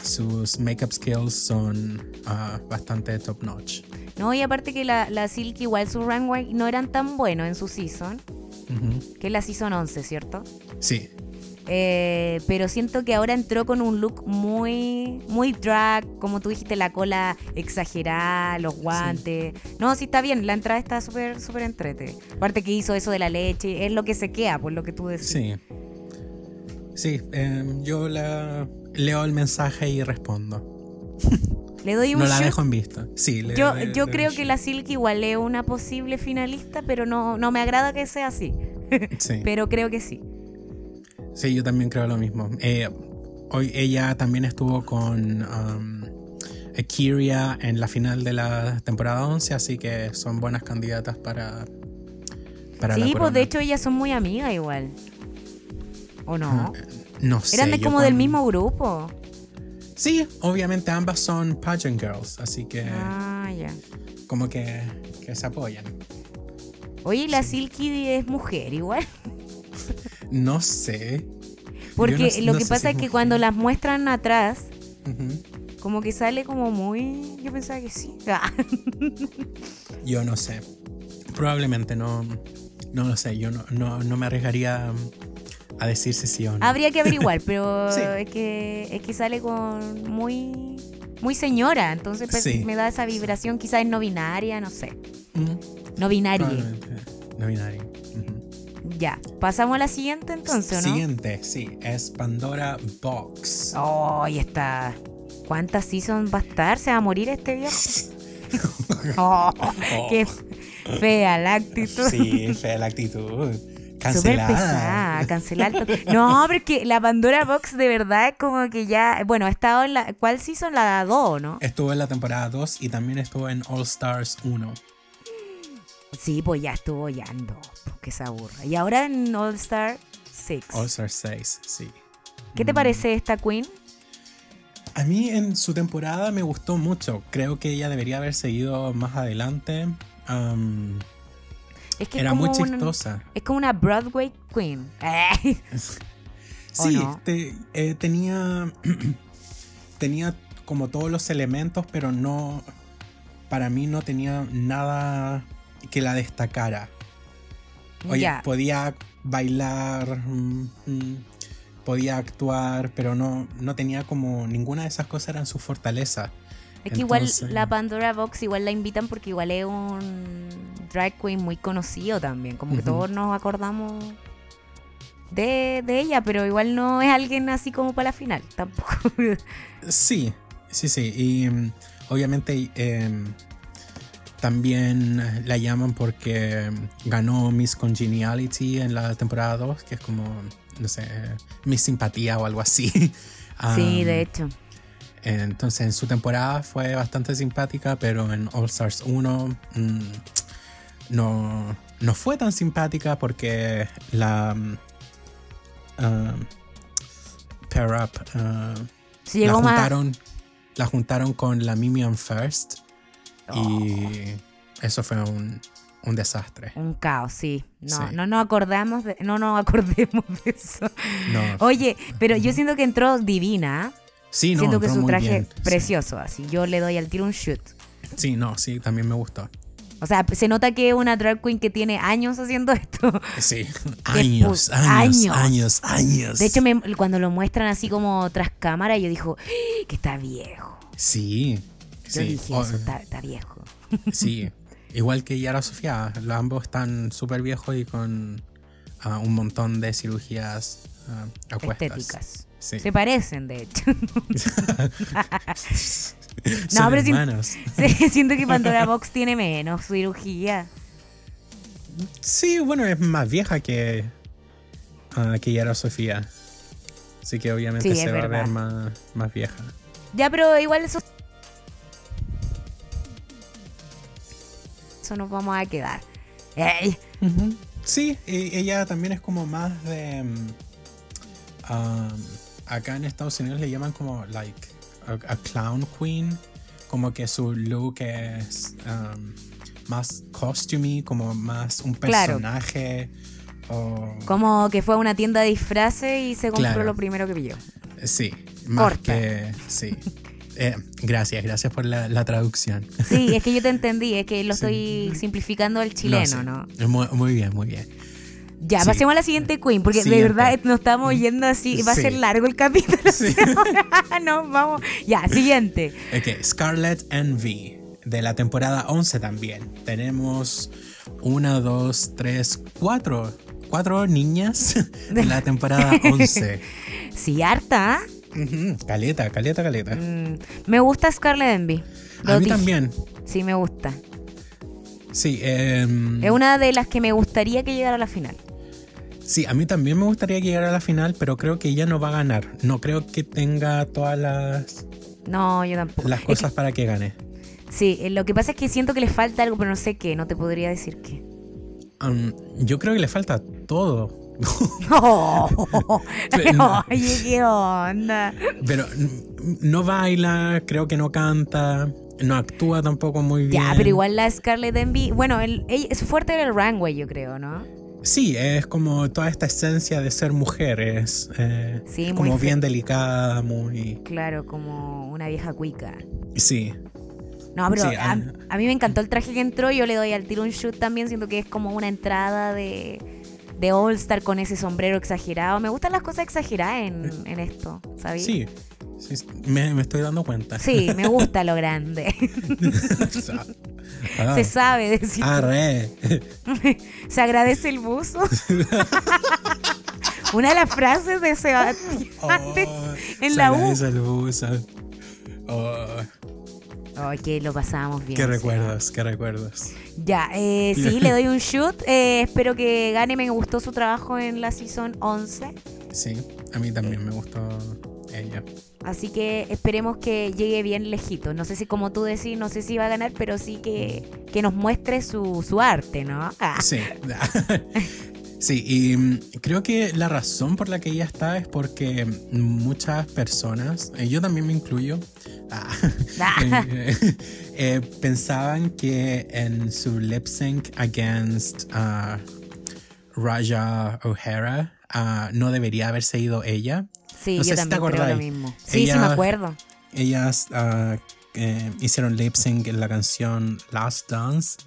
sus makeup skills son ah, bastante top notch.
No, y aparte que la, la Silk igual su runway no eran tan buenos en su season,
Ujú.
que es la season 11, ¿cierto?
Sí,
Eh, pero siento que ahora entró con un look muy, muy drag, como tú dijiste, la cola exagerada, los guantes. No, sí está bien, la entrada está súper, súper entrete. Aparte que hizo eso de la leche, es lo que se queda, por lo que tú decís.
Sí. Sí, em, yo la- leo el mensaje y respondo.
Le doy un
No la
shoot.
dejo en vista. Sí, le-
pues Yo,
le-
yo
le-
creo que la Silk igual es una posible finalista, pero no, no me agrada que sea así.
[laughs] Sí,
Pero creo que sí.
sí, yo también creo lo mismo. Eh, hoy ella también estuvo con um, Kyria en la final de la temporada 11, así que son buenas candidatas para, para la
sí, pues
corona.
de hecho ellas son muy amigas igual. ¿O no?
Eh, No sé,
Eran de
Mm, yo
como del
cuan-
mismo grupo.
Sí, obviamente ambas son pageant girls, así que
Ah,
Eh,
ya.
como que, que se apoyan.
Oye, la Silky es mujer igual.
No sé.
Porque
Yo no-
lo
no
que
sé si
pasa es que
mujer.
cuando las muestran atrás,
Ujú.
como que sale como muy... Yo pensaba que sí. [laughs] Ah,
Mm. Yo no sé. Probablemente no. No lo sé. Yo no, no, no me arriesgaría a decir si sí o no.
Habría que averiguar, pero
[laughs] Sí.
es, que, es que sale con muy... Muy señora, entonces pues,
Sí.
me da esa vibración, quizás es no binaria, no sé.
Mm,
No binaria.
probablemente. No binario. Ujú.
Ya. Pasamos a la siguiente entonces, ¿o ¿no?
Siguiente, sí. Es Pandora Box.
Oh, ahí está. ¿Cuántas seasons va a estar? ¿Se va a morir este
[laughs]
viejo? Oh,
Oh.
Qué fea la actitud.
Sí, fea la actitud.
Súper
Cancelada.
pesada, cancelar to- No, pero es que la Pandora Box de verdad es como que ya. Bueno, ha estado en la. ¿Cuál season? La 2, ¿no?
Estuvo en la temporada 2 y también estuvo en All Stars 1.
Sí, pues ya estuvo ya en dos, pues, Que se aburra. Y ahora en All Star 6.
All Stars 6, Oh, sí.
¿Qué te parece esta Queen?
A mí en su temporada me gustó mucho. Creo que ella debería haber seguido más adelante. Am,
Es que es
era
como
muy
un-
chistosa.
es como una Broadway Queen. [laughs] ¿O
Sí,
no?
te- eh, tenía, [clears throat] tenía como todos los elementos, pero no, para mí no tenía nada que la destacara. Oye,
ya.
podía bailar, mm, mm, podía actuar, pero no, no tenía como ninguna de esas cosas eran su fortaleza.
Es que igual
Entonces-
la Pandora Box igual la invitan porque igual es un drag queen muy conocido también. Como que
Ujú.
todos nos acordamos de, de ella, pero igual no es alguien así como para la final tampoco. [laughs]
Sí, sí, sí. Y mm, obviamente em, también la llaman porque mm, ganó Miss Congeniality en la temporada 2, que es como, no sé, Miss Simpatía o algo así. [laughs]
sí,
Um,
de hecho.
Entonces en su temporada fue bastante simpática, pero en All Stars 1 mm, no, no fue tan simpática porque la... mm, ah, pair up... ah,
Se llegó
la
más.
juntaron, la juntaron con la Mimian First
Oh.
y eso fue un, un desastre.
Un caos, sí. No,
Sí.
no nos acordamos de, no nos acordemos de eso.
No,
Oye, pero yo siento que entró divina. ¿ah?
sí, no,
siento que
entró
su
muy
traje
bien.
precioso, así. Yo le doy al tiro un shoot.
Sí, sí, no, sí, también me gustó.
O sea, se nota que es una drag queen que tiene años haciendo [laughs] esto.
Eh, Sí,
Qué
[laughs] años,
pu- años.
años, años, años.
De hecho, me- cuando lo muestran así como tras cámara, yo dijo "Ah, que está viejo.
sí,
Yo
sí,
dije
o-
eso, está, está viejo.
sí. Igual que Yara Sofía, los ambos están súper viejos y con ah, un montón de cirugías ah, a cuestas.
Estéticas.
Sí.
Se parecen, de hecho. [laughs]
Son
No, pero sin-
hermanos.
Sí, siento que Pandora Box tiene menos cirugía.
Sí, bueno, es más vieja que, ah, que Yara Sofía. Así que obviamente
Sí, es
se va a
verdad.
ver más, más vieja.
Ya, pero igual eso. Eso nos vamos a quedar. Ey,
Sí, y ella también es como más de. mm, um, acá en Estados Unidos le llaman como, like, a, a clown queen. Como que su look es um, más costumey, como más un
Claro.
personaje. o-
como que fue a una tienda de disfraces y se compró
Claro.
lo primero que pilló.
Sí, más
Corta.
que.
[laughs]
Sí. Eh, gracias, gracias por la, la traducción.
Sí, es que yo te entendí, es que lo
Sí.
estoy simplificando al chileno, ¿no?
No, sí. Muy, muy bien, muy bien.
Ya,
Sí.
pasemos a la siguiente queen, porque
Siguiente.
de verdad nos estamos yendo así, va a
Sí.
ser largo el capítulo.
Sí.
[laughs] no, vamos. Ya, siguiente.
Ok, Scarlet Envy, de la temporada 11 también. Tenemos una, dos, tres, cuatro. Cuatro niñas de la temporada
[laughs]
11.
Sí, harta. ¿ah?
Ujú, Caleta, caleta, caleta.
Mm, me gusta Scarlet Envy. Lo
A mí
dije.
también.
Sí, me gusta.
Sí, em,
Es una de las que me gustaría que llegara a la final.
sí, a mí también me gustaría que llegara a la final, pero creo que ella no va a ganar. No creo que tenga todas las,
No, yo tampoco.
las
Es
cosas para que gane.
que- sí, eh, lo que pasa es que siento que le falta algo, pero no sé qué, no te podría decir qué. [laughs]
Um, yo creo que le falta todo.
Oye, qué onda.
Pero n- no baila, creo que no canta, no actúa tampoco muy bien.
Ya, pero igual la Scarlet Envy, bueno, el, ella- su fuerte era el runway, yo creo, ¿no?
Sí, es como toda esta esencia de ser mujeres. eh,
Sí, muy
como
fe-
bien delicada, muy.
Claro, como una vieja cuica.
Sí,
No, pero
Sí,
a,
ah.
a mí me encantó el traje que entró. Yo le doy al tiro un shoot también. Siento que es como una entrada de, de All Star con ese sombrero exagerado. Me gustan las cosas exageradas en, en esto, ¿sabes?
sí. sí, sí, me, me estoy dando cuenta. [laughs]
Sí, me gusta lo grande.
ah,
Se sabe decir.
arre.
Se agradece el
[laughs]
buzo. una de las frases de Sebastián [laughs]
Oh,
antes en
se
la U.
agradece el buzo. Oh,
Ay, que lo pasábamos bien.
qué
Seba.
recuerdos, qué recuerdos.
Ya, eh,
[laughs]
sí, le doy un shoot. Eh, espero que gane. Me gustó su trabajo en la season 11.
Sí, a mí también me gustó ella.
Así que esperemos que llegue bien lejito. No sé si, como tú decís, no sé si va a ganar, pero sí que, que nos muestre su, su arte, ¿no? [laughs] Ah,
Sí. [laughs] Sí, y mm, creo que la razón por la que ella está es porque mm, muchas personas, eh, yo también me incluyo, ah, [laughs]
Ah.
eh, eh, pensaban que en su lip sync against ah, Raja O'Hara ah, no debería haberse ido ella.
[laughs] sí,
no
yo
sé si te
también creo lo
acordáis.
mismo. Sí, sí, me
Ella-
acuerdo.
Ellas ah, eh, hicieron lip sync en la canción Last Dance.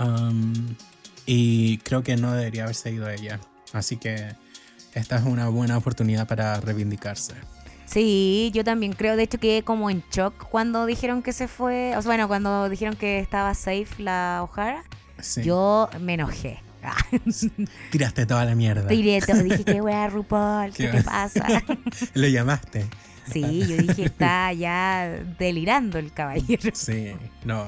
um, y creo que no debería haberse ido ella. Así que esta es una buena oportunidad para reivindicarse.
Sí, yo también creo. De hecho, quedé como en shock cuando dijeron que se fue. O sea, bueno, cuando dijeron que estaba safe la O'Hara,
Sí.
yo me enojé. Ah, [laughs]
Tiraste toda la mierda.
tiré todo. Dije, qué wea,
[laughs]
RuPaul, ¿qué
Qué
te
wea.
pasa?
Lo llamaste.
Sí, yo dije, está ya delirando el caballero.
Sí, no,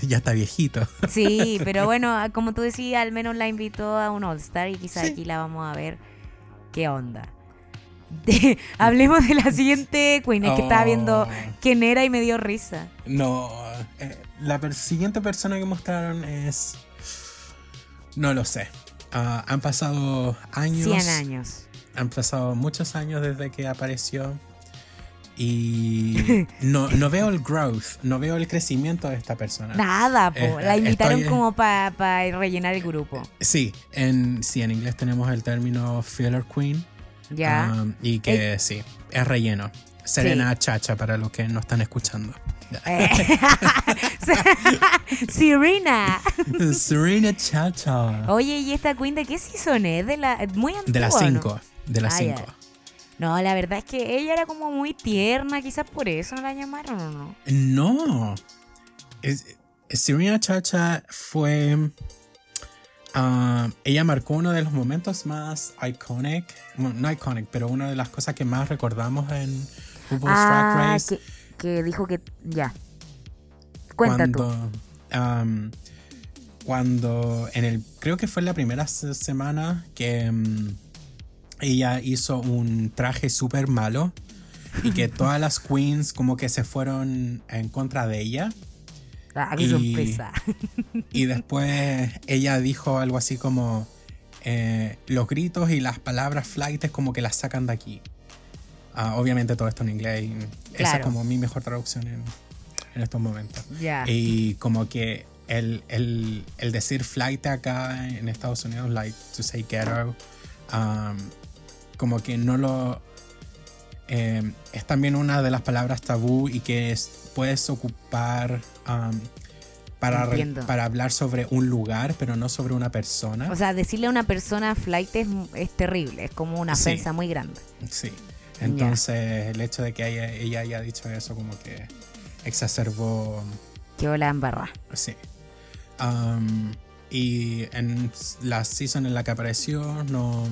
ya está viejito. [laughs]
Sí, pero bueno, ah, como tú decías, al menos la invitó a un All-Star y quizá aquí la vamos a ver qué onda. [laughs] De- hablemos de la siguiente Queen, es que estaba viendo
Oh.
quién era y me dio risa.
No, eh, la per- siguiente persona que mostraron es... No lo sé. Ah, han pasado
100 años.
Han pasado muchos años desde que apareció
[laughs]
y no, no veo el growth, no veo el crecimiento de esta persona.
Nada, po,
Eh,
la
eh,
invitaron
estoy-
como para rellenar el grupo.
Sí, en, sí, en inglés tenemos el término filler queen
Ya. Eh.
um, y que sí, es relleno. Serena Chacha para los que no están escuchando.
[laughs]
[laughs]
Eh, [laughs] Serena.
Serena Chacha.
Oye, ¿y esta Queen de qué season es? De la, muy antigua.
De las
¿o no?
5, de las
Ah, ya.
5.
No, la verdad es que ella era como muy tierna, quizás por eso la llamaron o no.
No. Es- Serena Chacha fue. ah, ella marcó uno de los momentos más iconic. Bueno, no iconic, pero una de las cosas que más recordamos en RuPaul's Drag
Ah,
Race.
que, que dijo que ya. Cuenta tú.
cuando, am, cuando en el creo que fue en la primera se- semana que mm, ella hizo un traje súper malo
[laughs]
y que todas las queens como que se fueron en contra de ella
Ah, qué
Y-
sorpresa.
y después ella dijo algo así como eh, los gritos y las palabras flightes como que las sacan de aquí Ah, obviamente todo esto en inglés y esa es
Claro.
como mi mejor traducción en- en estos momentos
[laughs] ya.
y como que el, el- el decir flight acá en Estados Unidos, like to say ghetto, um, como que no lo. eh, es también una de las palabras tabú y que es- puedes ocupar um, para, re-
Entiendo.
para hablar sobre un lugar, pero no sobre una persona.
O sea, decirle a una persona flight es, es terrible, es como una
Sí.
ofensa muy grande.
sí. Entonces, el hecho de que haya- ella haya dicho eso, como que exacerbó.
Que hola en barra.
Sí. Am, y en la season en la que apareció no,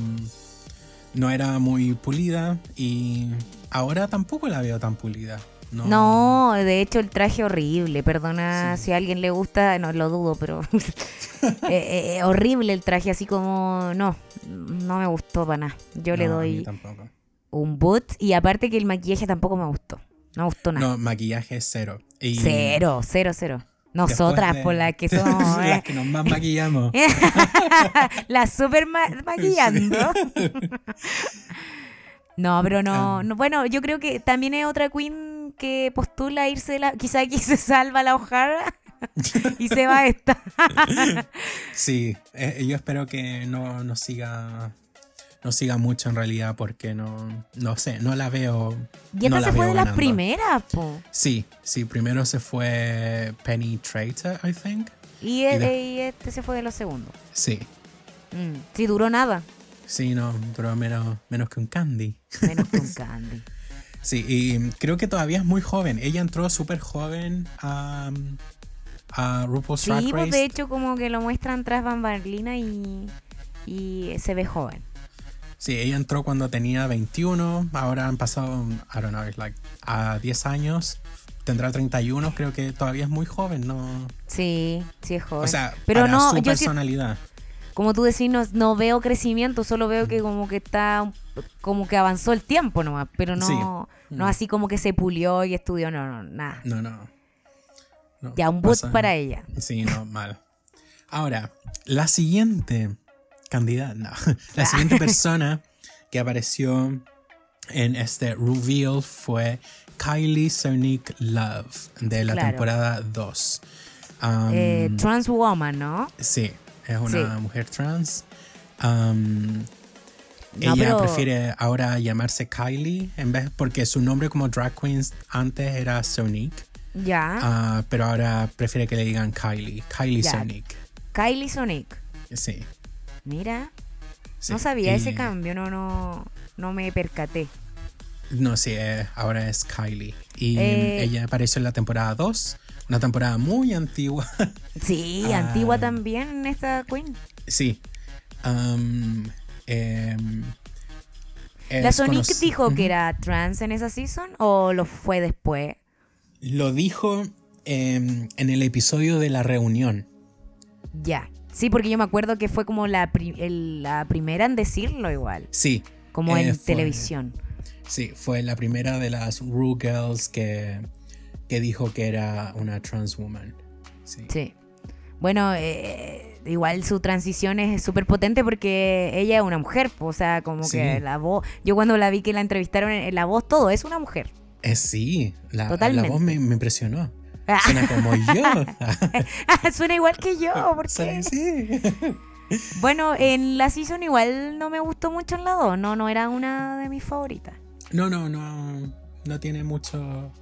no era muy pulida y ahora tampoco la veo tan pulida. No.
No, de hecho el traje horrible, perdona
Sí.
si a alguien le gusta, no lo dudo, pero [laughs]
[laughs]
eh, eh, horrible el traje, así como no, no me gustó para nada. Yo le
No, a mí
doy
tampoco.
un boot y aparte que el maquillaje tampoco me gustó, no me gustó nada.
No, maquillaje cero. Y
Cero, cero, cero.
después
Nosotras,
de-
por las
[laughs]
que somos eh, [laughs]
las que nos más maquillamos.
las super ma- maquillando.
[laughs]
No, pero no,
Ah.
no- Bueno, yo creo que también es otra queen que postula a irse de la. Quizá aquí se salva la
[laughs]
O'Hara y se va esta.
Sí, eh, yo espero que no, no siga. No siga mucho en realidad porque no, no sé, no la veo.
Y esta
no la
se fue
veo
de las
ganando.
primeras, po.
Sí, sí, primero se fue Penny Traitor, I think.
Y,
Y
e-
la-
y este se fue de los segundos.
Sí,
Mm, Sí, duró nada.
sí, no, duró menos, menos que un candy.
Menos que
[laughs]
un Candy.
Sí, y creo que todavía es muy joven. Ella entró súper joven a, um, a RuPaul's Drag
Sí, pues de
Race.
hecho, como que lo muestran tras Bambalina y. Y se ve joven.
Sí, ella entró cuando tenía 21. Ahora han pasado, I don't know, it's like a 10 años. Tendrá 31, creo que todavía es muy joven, ¿no?
Sí, sí es joven.
O sea,
pero
para
no,
su
yo sí-
personalidad.
como tú decís, no, no veo crecimiento, solo veo que como que está, como que avanzó el tiempo nomás, pero no,
Sí. Mm.
no así como que se pulió y estudió, no, no, nada.
No, no. No,
Ya, un boot
pasa-
para ella.
Sí, no, mal. Ahora, la siguiente candidata, no, [laughs] la
Ah. [laughs]
siguiente persona que apareció en este reveal fue Kylie Cernick Love de la
Claro.
temporada 2. Um,
Eh, trans woman, ¿no?
sí, es una mujer trans. Um,
No,
ella
pero-
prefiere ahora llamarse Kylie en vez porque su nombre como drag queens antes era Cernick,
Ya.
ah, pero ahora prefiere que le digan Kylie, Kylie
Ya.
Cernick.
Kylie Sonic.
Sí.
Mira,
sí.
no sabía
Y-
ese cambio, no, no, no me percaté.
No, sí, eh, ahora es Kylie. Y
Eh.
ella apareció en la temporada 2, una temporada muy antigua. [laughs]
Sí,
Ah.
antigua también esta queen.
sí. Am, em,
¿La
es
Sonic
conoc-
dijo que era trans en esa season o lo fue después?
Lo dijo em, en el episodio de la reunión.
Ya. Sí, porque yo me acuerdo que fue como la, pri- el- la primera en decirlo igual.
Sí.
Como
eh,
en
fue-
televisión.
Sí, fue la primera de las Rue Girls que, que dijo que era una trans woman. Sí.
Sí. Bueno, eh, igual su transición es súper potente porque ella es una mujer. po, O sea, como
Sí.
que la voz. Yo cuando la vi que la entrevistaron, eh, la voz, todo, es una mujer.
Eh, sí, la, la
Totalmente.
voz me, me impresionó.
[laughs]
Suena como yo.
Ah, Suena igual que
[laughs]
yo. ¿por qué?
Sí, sí.
Bueno, en la season igual no me gustó mucho en la 2. No, no era una de mis favoritas.
No, no, no. No tiene mucho.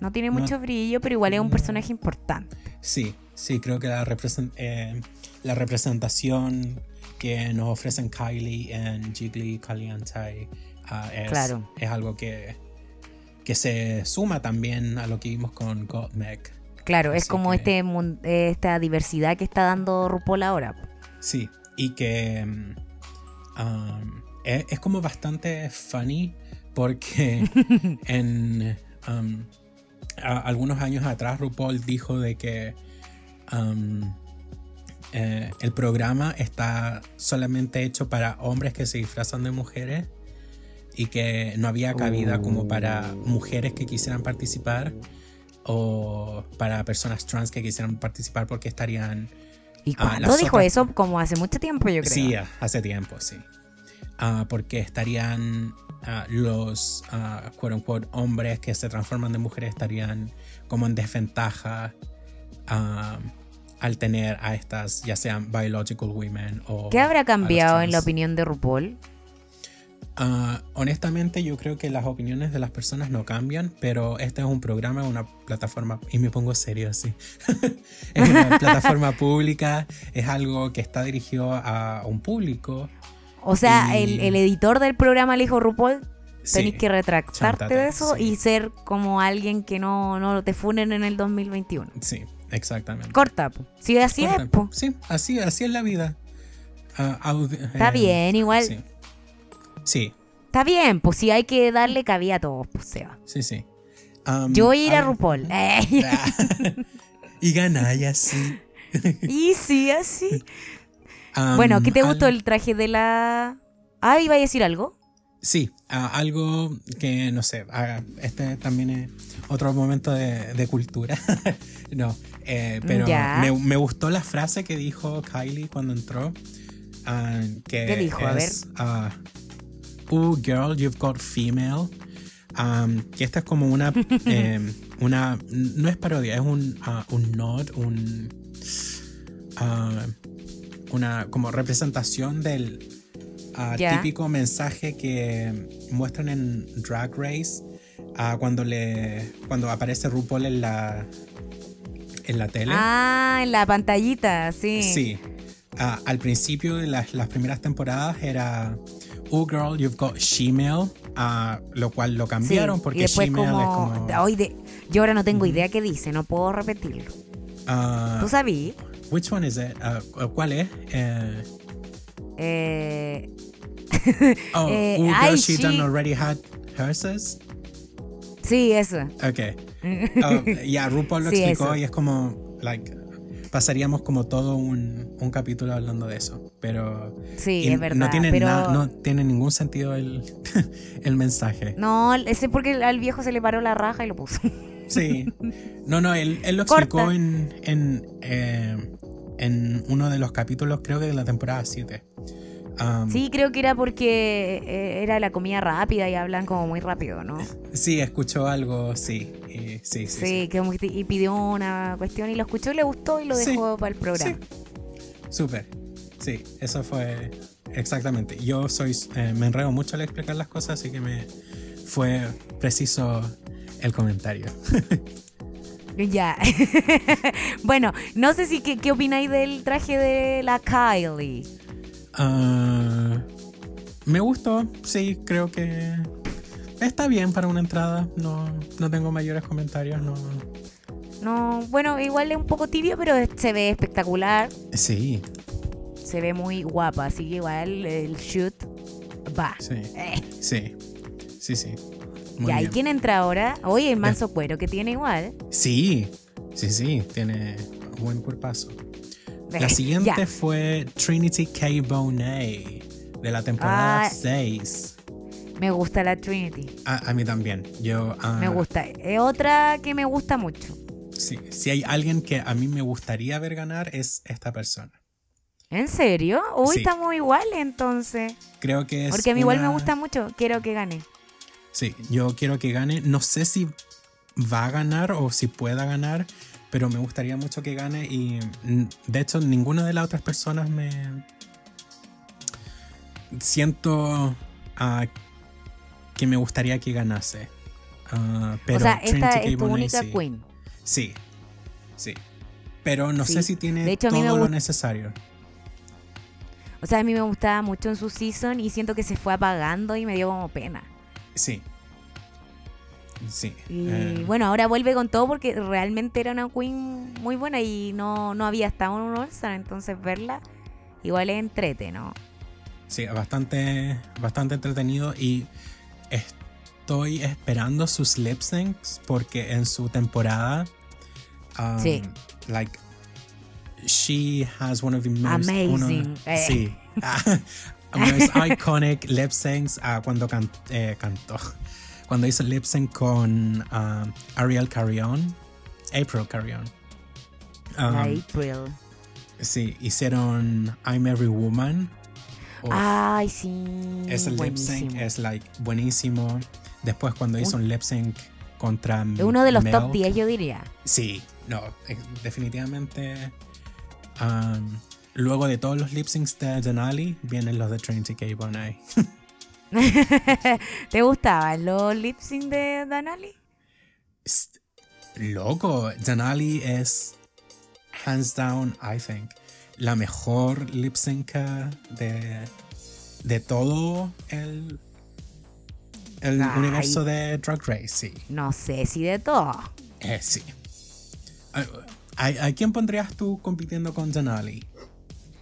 No tiene
No.
mucho brillo, pero igual es un
No.
personaje importante.
Sí, sí, creo que la, represen- eh, la representación que nos ofrecen Kylie en Jiggly Caliente ah, es,
Claro.
es algo que, que se suma también a lo que vimos con Gottmik.
Claro, es
Así
como
que-
este mun- eh, esta diversidad que está dando RuPaul ahora. po.
Sí, y que mm, um, es, es como bastante funny porque en um, a- algunos años atrás RuPaul dijo de que um, eh, el programa está solamente hecho para hombres que se disfrazan de mujeres y que no había cabida como para mujeres que quisieran participar o para personas trans que quisieran participar porque estarían
¿Y
Ah,
cuándo
las
dijo
otras-
eso? Como hace mucho tiempo, yo creo.
Sí, ah, hace tiempo, sí. Ah, porque estarían ah, los, ah, quote unquote, hombres que se transforman de mujeres estarían como en desventaja ah, al tener a estas, ya sean biological women o...
¿Qué
a
habrá
los
cambiado en la
trans.
opinión de RuPaul?
Ah, honestamente, yo creo que las opiniones de las personas no cambian, pero este es un programa, una plataforma, y me pongo serio así. [laughs]
[laughs]
es una plataforma pública, es algo que está dirigido a un público.
O sea,
Y-
el, el editor del programa le dijo RuPaul, tenés
Sí.
que retractarte
chántate,
de eso
sí.
y ser como alguien que no, no te funen en el 2021.
Sí, exactamente.
Corta, po. Si así
Corta.
es, po.
Sí, así, así es la vida. Ah, aud-
Está
eh,
bien, igual.
Sí. sí,
Está bien, pues si hay que darle cabida a todos, pues Seba.
sí, sí. Am,
Yo voy a ir a
ver. [laughs]
RuPaul. Eh,
y gana, ya sí.
y sí, así.
Am,
bueno, ¿qué te
Um, al-
gustó el traje de la. Ah, iba a decir algo.
Sí, a- algo que no sé, a- este también es otro momento de, de cultura. [laughs] no, eh, pero
Ya.
me, me gustó la frase que dijo Kylie cuando entró. ah, que
¿Qué dijo? A
es, ah, Ooh, girl, you've got female. Um, que esta es
[laughs]
como una, eh, una. No es parodia, es un, ah, un nod, un. ah, una como representación del ah,
Ya.
típico mensaje que muestran en Drag Race ah, cuando le cuando aparece RuPaul en la en la tele.
Ah, en la pantallita, sí.
Sí. Ah, al principio de las, las primeras temporadas era Oh girl, you've got shemale, ah, lo cual lo
Sí,
cambiaron porque
y después
shemale
como,
es como
Ay, de- Yo ahora no tengo idea qué dice, no puedo repetirlo.
ah,
¿Tú sabí?
which one is it? Ah, ¿Cuál es? Eh,
Eh,
oh,
Eh,
"Ooh, girl,
ay,
she
she-
done already had herses.
sí, eso. [laughs]
Ok. Oh, ya, RuPaul lo
Sí,
explicó
eso.
y es como, like, pasaríamos como todo un, un capítulo hablando de eso. Pero
Sí,
y
es verdad.
no, tiene
pero
na- no tiene ningún sentido el, [laughs] el mensaje.
No, ese porque al viejo se le paró la raja y lo puso.
Mm. Sí. No, no, él,
[laughs]
él lo
Corta.
explicó en, en, eh, en uno de los capítulos, creo que de la temporada 7. Um,
Sí, creo que era porque eh, era la comida rápida y hablan como muy rápido, ¿no? Sí,
Sí, escuchó algo, sí. eh, sí, sí, sí.
que como que- y pidió una cuestión y lo escuchó, le gustó y lo
Sí,
dejó para el programa.
Súper. Sí, eso fue exactamente. Yo soy eh, me enredo mucho al explicar las cosas, así que me fue preciso el comentario.
Ya. [laughs] bueno, no sé si qué, qué opináis del traje de la Kylie.
Ah, me gustó, sí, creo que está bien para una entrada. No, no tengo mayores comentarios, no.
No, bueno, igual es un poco tibio, pero es- se ve espectacular,
Sí,
se ve muy guapa, así que igual el shoot va.
sí,
Eh,
sí. Sí, sí. Muy
ya, ¿y
bien.
quién entra ahora? Oye, el manso cuero que tiene igual.
Sí, sí, sí, tiene buen cuerpazo.
Ya.
La siguiente fue Trinity K. Bonet de la temporada
Ah.
6.
Me gusta la Trinity,
A, a mí también. Yo, ah,
me gusta. Es otra que me gusta mucho.
sí, si hay alguien que a mí me gustaría ver ganar es esta persona.
¿En serio? Uy,
Sí.
estamos iguales entonces.
Creo que es.
Porque a mí igual me
una-
gusta mucho, quiero que gane.
Sí, yo quiero que gane. No sé si va a ganar o si pueda ganar, pero me gustaría mucho que gane. Y mm, de hecho, ninguna de las otras personas me. Siento ah, que me gustaría que ganase. Ah, pero
o sea, esta
Trinity K.
es tu
Bonet
única
sí.
queen.
Sí, sí. Pero no
Sí.
sé si tiene
De hecho, a mí
todo
me
lo
gust-
necesario.
O sea, a mí me gustaba mucho en su season y siento que se fue apagando y me dio como pena.
Sí. Sí.
Y
eh,
bueno, ahora vuelve con todo porque realmente era una queen muy buena y no, no había estado en un All-Star, entonces verla igual es entrete, ¿no?
Sí, bastante, bastante entretenido y estoy esperando sus lip syncs porque en su temporada, um,
Sí.
like, she has one of the most
Amazing.
uno- sí. [laughs] ah, most iconic lip syncs ah, cuando can- eh, cantó. Cuando hizo lip sync con ah, Ariel Carrion. April Carrion. Ah,
April.
Sí, hicieron I'm Every Woman. Uf,
Ay, sí.
ese lip sync
buenísimo.
es like buenísimo. Después cuando hizo un, lip sync contra
Es uno de los top
Mel,
10, yo diría.
Sí, no, eh, definitivamente. um, luego de todos los lip syncs de Denali, vienen los de Trinity K. Bonet.
¿Te gustaban los lip sync de Danali?
Es- Loco, Denali es hands down, I think, la mejor lip sync de, de todo el, el
Ay.
universo de Drag Race, sí.
No sé si de todo.
Eh, sí. ¿A, a- a quién pondrías tú compitiendo con Denali?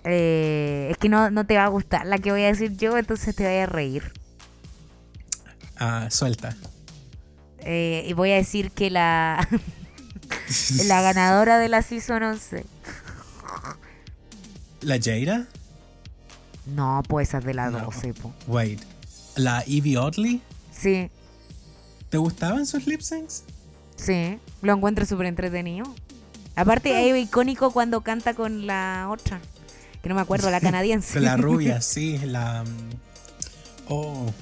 Eh, es que no, no te va a gustar la que voy a decir yo, entonces te voy a reír.
Ah, suelta.
Eh, y voy a decir que la,
[laughs]
la ganadora de la Season 11.
¿La Jada?
No, pues esa es de la
No.
12, po.
Wait, ¿la Evie Oddly?
Sí,
¿Te gustaban sus lip syncs?
sí. Lo encuentro súper entretenido. Aparte,
[laughs]
es icónico cuando canta con la otra. Que no me acuerdo, la canadiense.
[laughs] Con la rubia, sí, la... mm, Oh,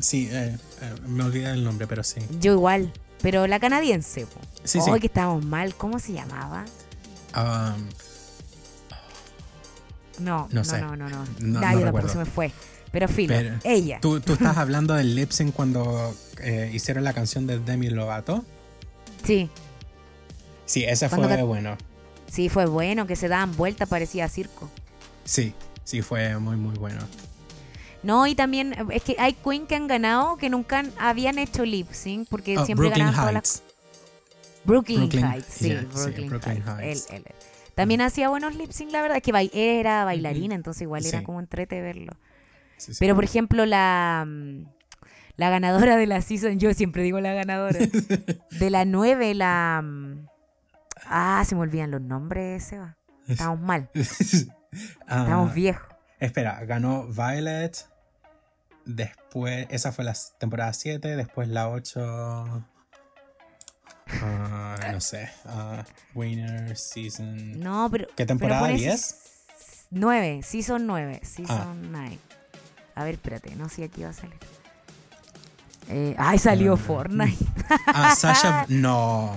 sí, eh, eh, me olvidé el nombre, pero sí.
[laughs] Yo igual, pero la canadiense. po.
Sí,
Ay,
sí.
que estábamos mal. ¿Cómo se llamaba?
Um,
No,
No
no,
sé.
no, no, no. Nah, yo
No- no
tampoco
recuerdo.
se me fue. Pero filo,
Pero-
ella.
¿tú,
[laughs]
tú estás hablando del lip sync cuando eh, hicieron la canción de Demi Lovato.
Sí,
Sí, ese fue
Cuando ca-
bueno.
sí, fue bueno, que se daban vueltas, parecía circo.
Sí, sí, fue muy, muy bueno.
No, y también eh, es que hay queen que han ganado que nunca han- habían hecho lip sync porque
Oh,
siempre
Brooklyn
ganaban todas las
Heights.
Brooklyn,
Brooklyn-
Heights, sí,
yeah, sí,
Brooklyn,
Brooklyn
Heights.
Heights.
él- él- él. También hacía buenos lip sync, la verdad, es que bai- era bailarina,
Ujú.
entonces igual era
Sí.
como entrete verlo.
Sí, sí.
Pero por ejemplo, la mm, la ganadora de la season, yo siempre digo la
[laughs]
ganadora. de la 9, la mm, Ah, se me olvidan los nombres, Seba. Estamos mal,
[laughs] Ah,
estamos viejos.
Espera, ganó Violet. Después, esa fue la s- temporada 7. Después la 8. no sé. ah, winner Season.
No, pero
¿Qué temporada?
pero pone
10?
seas- 9, season 9,
Ah.
season 9. A ver, espérate, no sé aquí va a salir. Eh, ay, salió
Ah.
Fortnite.
Ah, Sasha. No.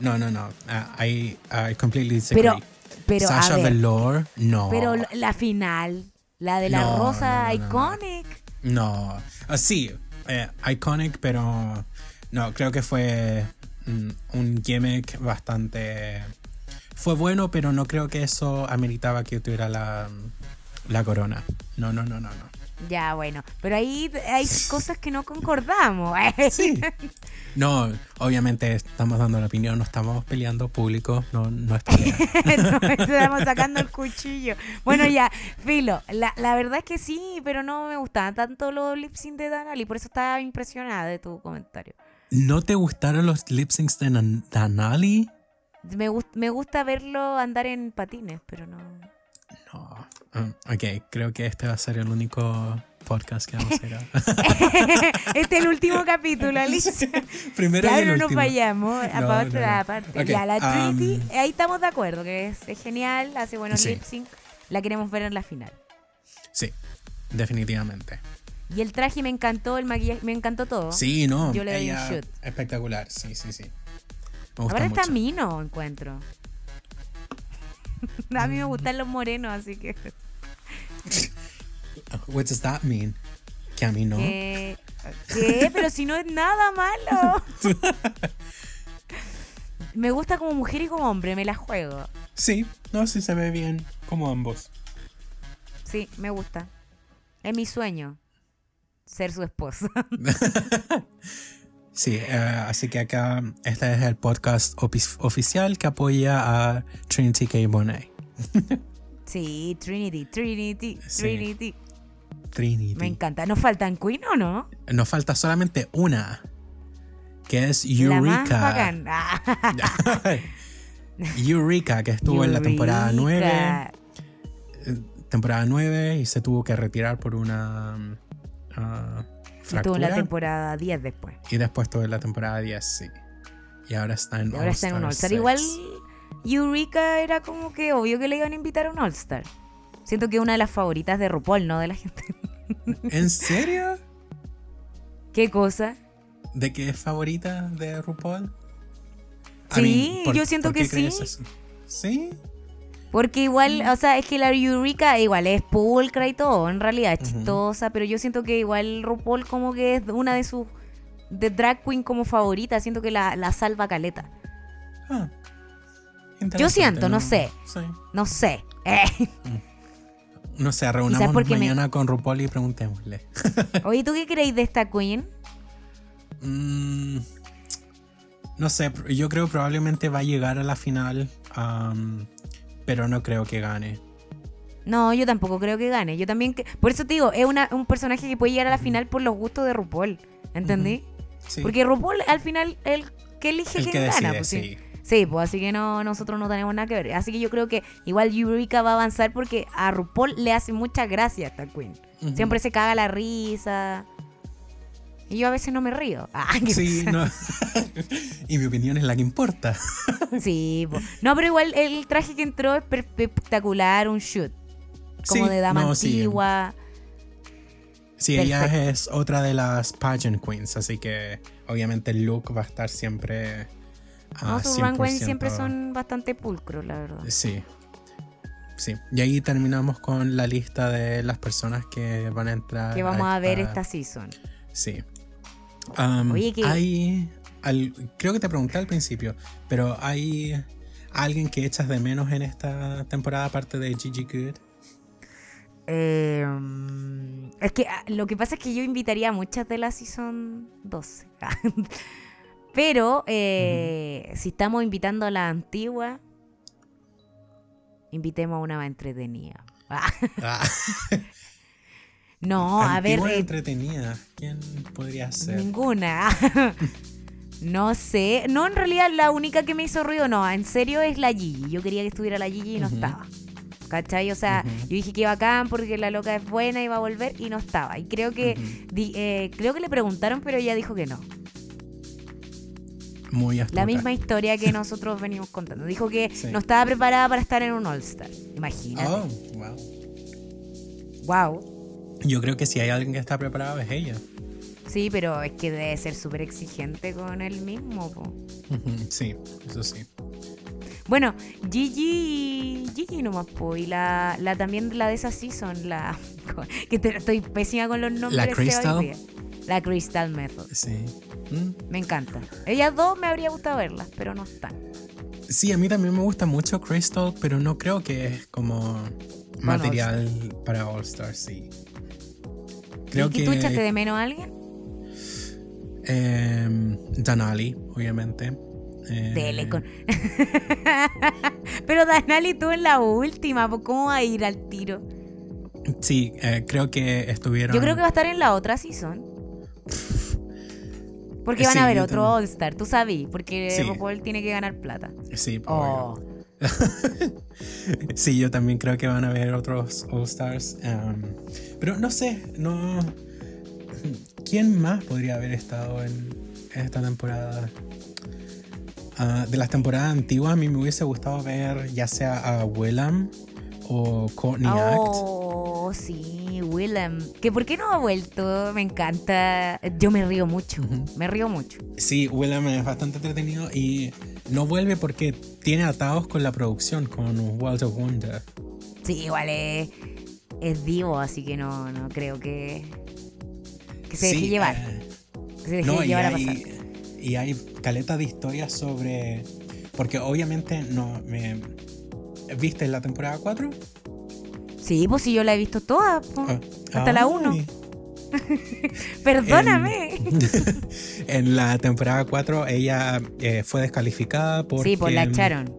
No, no, no. Ah, I, I completely disagree.
[laughs] Pero, pero
Sasha
a ver,
Velour. No.
pero lo- la final, la de la
No,
rosa
no, no, no, no.
iconic.
No. Ah, sí. eh, iconic, pero. No, creo que fue mm, un gimmick bastante. Fue bueno, pero no creo que eso ameritaba que tuviera la, la corona. No, no, no, no, no.
Ya, bueno, pero ahí
[laughs]
hay cosas que no concordamos. [laughs]
Sí. [laughs] No, obviamente estamos dando la opinión, no estamos peleando público, no, no es pelea.
Nos estamos sacando el cuchillo. Bueno, ya, filo. La, la verdad es que sí, pero no me gustaban tanto los lip sync de Danali. Por eso estaba impresionada de tu comentario.
¿No te gustaron los lip syncs de Nan- Danali?
Me, gust- me gusta verlo andar en patines, pero no. [laughs]
No. Um, ok, creo que este va a ser el único podcast que vamos a hacer. ahora. [laughs]
este es el último capítulo, Alicia.
Primero
Ya
y el
no nos
último.
vayamos a
No,
pa'
no,
otra
no.
parte.
Ok,
Ya, la
um,
Trinity, ahí estamos de acuerdo, que es, es genial, hace buenos
Sí.
lip sync. La queremos ver en la final.
Sí, definitivamente.
Y el traje me encantó, el maquillaje, me encantó todo.
Sí, no.
Yo le doy un
ella-
shoot.
Espectacular, sí, sí, sí. Me gusta
Ahora está
mucho.
Mino, encuentro. [laughs] A mí me gustan los morenos, así que.
What does that mean? Que a mí no.
¿Qué? ¿Qué? Pero si no es nada
[laughs]
malo. me gusta como mujer y como hombre, me la juego.
Sí, no, sí se ve bien, como ambos.
Sí, me gusta. Es mi sueño ser su esposa.
Sí, eh, así que acá este es el podcast opi- oficial que apoya a Trinity K. Bonet.
[laughs] Sí, Trinity, Trinity,
Sí.
Trinity.
Trinity.
Me encanta. ¿Nos faltan Queen o no?
Nos falta solamente una, que es
La más
Eureka.
bacán. Ah,
[laughs] Eureka, que estuvo en la temporada
Eureka.
9. eh, Temporada 9 y se tuvo que retirar por una mm, ah,
Y tuvo la
fractura.
temporada 10 después.
y después tuvo la temporada 10, sí. Y ahora está en
Y ahora está en un All-Star.
All-Star
Igual
6.
Eureka era como que obvio que le iban a invitar a un All-Star. Siento que es una de las favoritas de RuPaul, ¿no? De la gente. [laughs]
¿En serio?
¿Qué cosa?
¿De qué es favorita de RuPaul?
Sí, yo siento
qué
que sí.
crees eso? ¿Sí?
Porque igual, o sea, es que la Eureka igual es pulcra y todo, en realidad es chistosa, pero yo siento que igual RuPaul como que es una de sus de drag queen como favorita, siento que la, la salva caleta.
Ah,
Yo siento,
interesante,
no sé.
Sí.
No sé. Eh. [laughs]
No sé, reunamos
porque me-
mañana con RuPaul y preguntémosle.
Oye, ¿tú qué creéis de esta queen?
Mm, no sé, pr- yo creo probablemente va a llegar a la final, am, pero no creo que gane.
No, yo tampoco creo que gane. Yo también que- por eso te digo, es una- un personaje que puede llegar a la final por los gustos de RuPaul, ¿entendí?
Sí,
Porque RuPaul al final el que elige
el
quién
que
gana,
decide,
pues sí.
sí.
Sí, pues así que no, nosotros no tenemos nada que ver. Así que yo creo que igual Eureka va a avanzar porque a RuPaul le hace mucha gracia esta queen.
Ujú.
Siempre se caga la risa. Y yo a veces no me río. [laughs] Ah, qué
Sí,
pesada.
no. [laughs] y mi opinión es la que importa.
Sí, po. No, pero igual el traje que entró es per- espectacular, un shoot. Como
Sí,
de dama
no, sí.
antigua.
Sí, ella es otra de las pageant queens, así que obviamente el look va a estar siempre a Ah,
no, sus runways
100%.
siempre son bastante pulcros, la verdad.
Sí. Sí. Y ahí terminamos con la lista de las personas que van a entrar.
Que vamos a ver esta season.
Sí. Am,
Oye, que-
hay al- creo que te pregunté al principio, pero ¿hay alguien que echas de menos en esta temporada aparte de Gigi Good?
Eh, mm, es que ah, lo que pasa es que yo invitaría a muchas de la season 12. [laughs] Pero eh, si estamos invitando a la antigua, invitemos a una más entretenida. [laughs]
Ah,
No, [laughs] a ver,
antigua
eh,
entretenida. ¿Quién podría ser?
ninguna. [laughs] No sé. No, en realidad la única que me hizo ruido, no, en serio es la Gigi. Yo quería que estuviera la Gigi y no
Ujú.
estaba. ¿Cachai? O sea,
Ujú.
yo dije que iba acá porque la loca es buena y va a volver y no estaba. Y creo que
Ujú.
Di- eh, creo que le preguntaron, pero ella dijo que no.
Muy astuta.
La misma historia
[laughs]
que nosotros venimos contando. Dijo que
Sí.
no estaba preparada para estar en un All-Star. Imagínate.
Oh, wow.
Wow.
Yo creo que si hay alguien que está preparado es ella. [laughs]
Sí, pero es que debe ser súper exigente con él mismo. po.
Ujú, Sí, eso sí.
Bueno, Gigi, Gigi nomás, po. Y la, la también la de esa season, la [laughs] que te- estoy pésima con los nombres. Seba, hoy
Crystal.
día. La Crystal Method.
Sí. Mm.
Me encanta. Ellas dos me habría gustado verlas, pero no están.
Sí, a mí también me gusta mucho Crystal, pero no creo que es como material para All Star, sí. Creo
¿Y
que
tú echaste de menos a alguien?
em, Danali, obviamente. Eh,
Dele con- [laughs] Pero Danali tú en la última, pues, ¿cómo va a ir al tiro?
Sí, eh, creo que estuvieron.
Yo creo que va a estar en la otra season. Porque van
Sí,
a haber
yo
otro
también.
All-Star, tú sabí, porque
Sí.
RuPaul tiene que ganar plata.
Sí, obvio.
Oh,
Sí, yo también creo que van a haber otros All Stars. em, pero no sé, no. ¿Quién más podría haber estado en, en esta temporada? Ah, de las temporadas antiguas, a mí me hubiese gustado ver ya sea a Willem o Courtney Act.
oh sí, Willem. ¿Que ¿Por qué no ha vuelto? Me encanta. Yo me río mucho,
Ujú.
me río mucho.
Sí, Willem es bastante entretenido y no vuelve porque tiene atados con la producción, con World of Wonder.
Sí, igual es, es divo, así que no, no creo que, que se deje
Sí,
llevar.
eh,
que se deje
No, y
llevar a
hay,
pasar.
y hay caleta de historias sobre. Porque obviamente no. me- ¿Viste la temporada 4?
Sí, pues sí, yo la he visto toda. po.
Ah,
Hasta la
ay.
1. Perdóname.
[laughs] En la temporada 4 ella eh, fue descalificada por.
Sí, pues la echaron.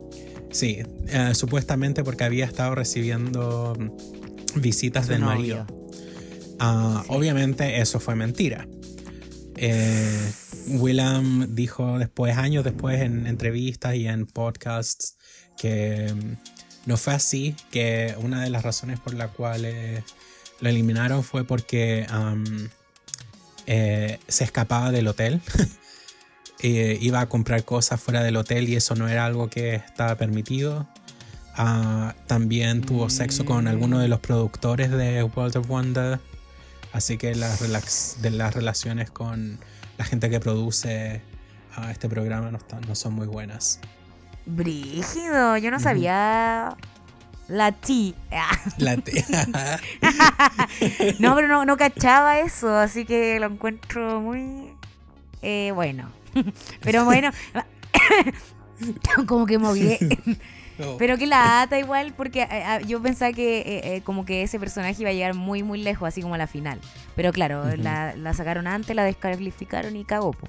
Sí, eh, supuestamente porque había estado recibiendo mm, visitas
Su
del
novio.
marido. Ah, Obviamente eso fue mentira. Eh, Willam dijo después, años después, en entrevistas y en podcasts, que mm, no fue así, que una de las razones por las cuales lo eliminaron fue porque am, eh, se escapaba del hotel. [laughs] Eh, iba a comprar cosas fuera del hotel y eso no era algo que estaba permitido. Ah, también tuvo sexo con alguno de los productores de World of Wonder. Así que las, relax- de las relaciones con la gente que produce ah, este programa no, están- no son muy buenas.
Brígido, yo no sabía la T. Ah.
La te- [laughs]
No, pero no, no cachaba eso, así que lo encuentro muy eh, bueno. [laughs] Pero bueno, [coughs] como que moví.
Oh,
Pero que la ata igual, porque eh, ah, yo pensaba que eh, eh, como que ese personaje iba a llegar muy, muy lejos, así como a la final. Pero claro,
Ujú.
la, la sacaron antes, la descalificaron y cagó. po.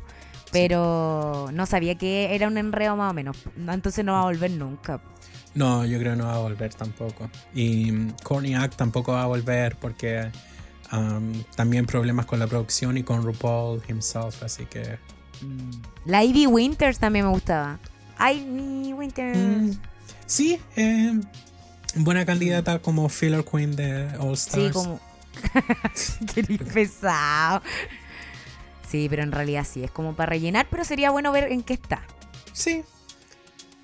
Pero no sabía que era un enredo más o menos. No, Entonces no va a volver nunca.
no, yo creo que no va a volver tampoco. Y mm, Corny Act tampoco va a volver porque am, también problemas con la producción y con RuPaul himself. Así que
La Ivy Winters también me gustaba. Ivy Winters.
Mm, Sí, eh, buena candidata como filler queen de All Stars.
Sí, como. [laughs] Qué pesado. Sí, pero en realidad sí, es como para rellenar, pero sería bueno ver en qué está.
Sí,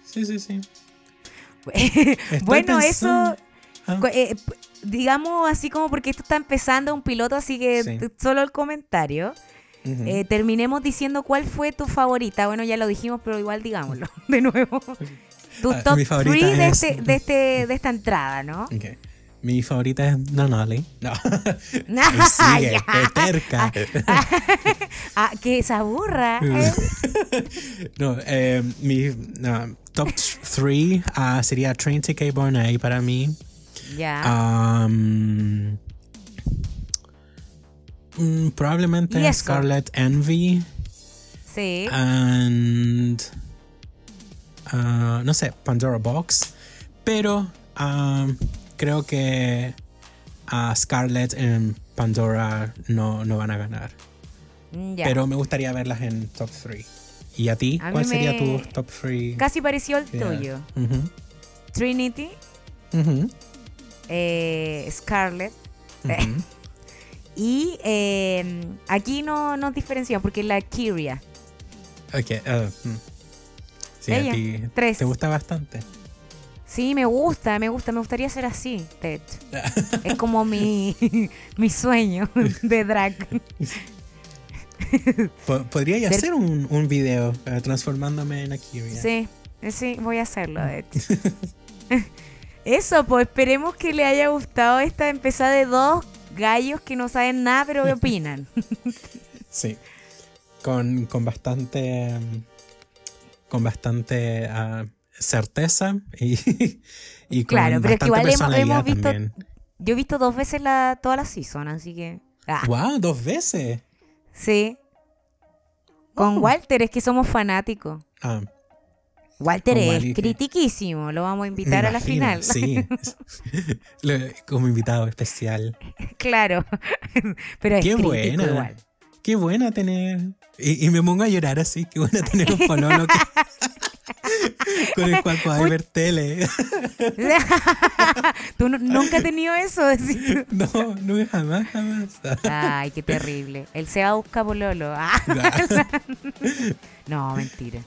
sí, sí. sí. Estoy
[laughs] bueno,
pensando-
eso.
Ah,
cu- eh, p- digamos así como porque esto está empezando un piloto, así que
Sí. Mm.
t- solo el comentario.
ujú.
Eh, terminemos diciendo cuál fue tu favorita. Bueno, ya lo dijimos, pero igual digámoslo [laughs] de nuevo. Tu
Ah,
top
mi
3
favorita
de,
es- [laughs]
este, de, este, de esta entrada, ¿no? [laughs]
Ok. Mi favorita es Nanali. No. Ahí sigue,
Ah, Ya.
de terca.
Ah, que se aburra. ¿eh?
[laughs] No, eh, mi no, top 3 sería Train to K. Barney para mí. Ah,
Ya.
Um, mm, probablemente
Y eso.
Scarlet Envy.
sí.
ah, and uh, no sé, Pandora Box. Pero um, creo que a Scarlett en Pandora no, no van a ganar.
ya.
Pero me gustaría verlas en top 3. ¿Y a ti?
A mí
¿Cuál sería
me-
tu top 3?
Casi pareció el tuyo. Trinity, [laughs] eh, Scarlett. [laughs] Y eh, aquí no nos diferenciamos porque la Kyria.
Ok. uh, mm. Sí, a
Ella,
ti
tres.
te gusta bastante.
Sí, me gusta, me gusta, me gustaría ser así, de hecho. Es como mi, [laughs] mi sueño de drag.
Po- Podría ya
Ser-
hacer un, un video eh, transformándome en Akira.
Sí, sí, voy a hacerlo, de hecho. Eso, pues esperemos que le haya gustado esta empezada de dos gallos que no saben nada, pero que opinan.
Sí. Con, con bastante. mm, Con bastante ah, certeza y, y con
Claro, pero es que
bastante
igual hemos-
personalidad
hemos visto-
también.
Yo he visto dos veces la, toda la season, así que. Ah,
¡Wow! Dos veces.
sí.
Oh.
Con Walter, es que somos fanáticos.
Ah,
Walter
Con
es
Wally, que-
critiquísimo, lo vamos a
me
invitar a la
imagino,
final.
Sí. [laughs] Le- Como invitado especial.
[laughs] claro. [laughs] Pero es
Qué
crítico
buena.
igual. [laughs]
Qué buena tener. Y, y me pongo a llorar así. Qué buena tener un
[laughs]
pololo que- con el cual puedo ver tele. [laughs]
Tú nu- nunca has tenido eso. decís tú.
No, no, jamás, jamás.
Ay, qué terrible. Él se va a buscar pololo. Ah, No, mentira.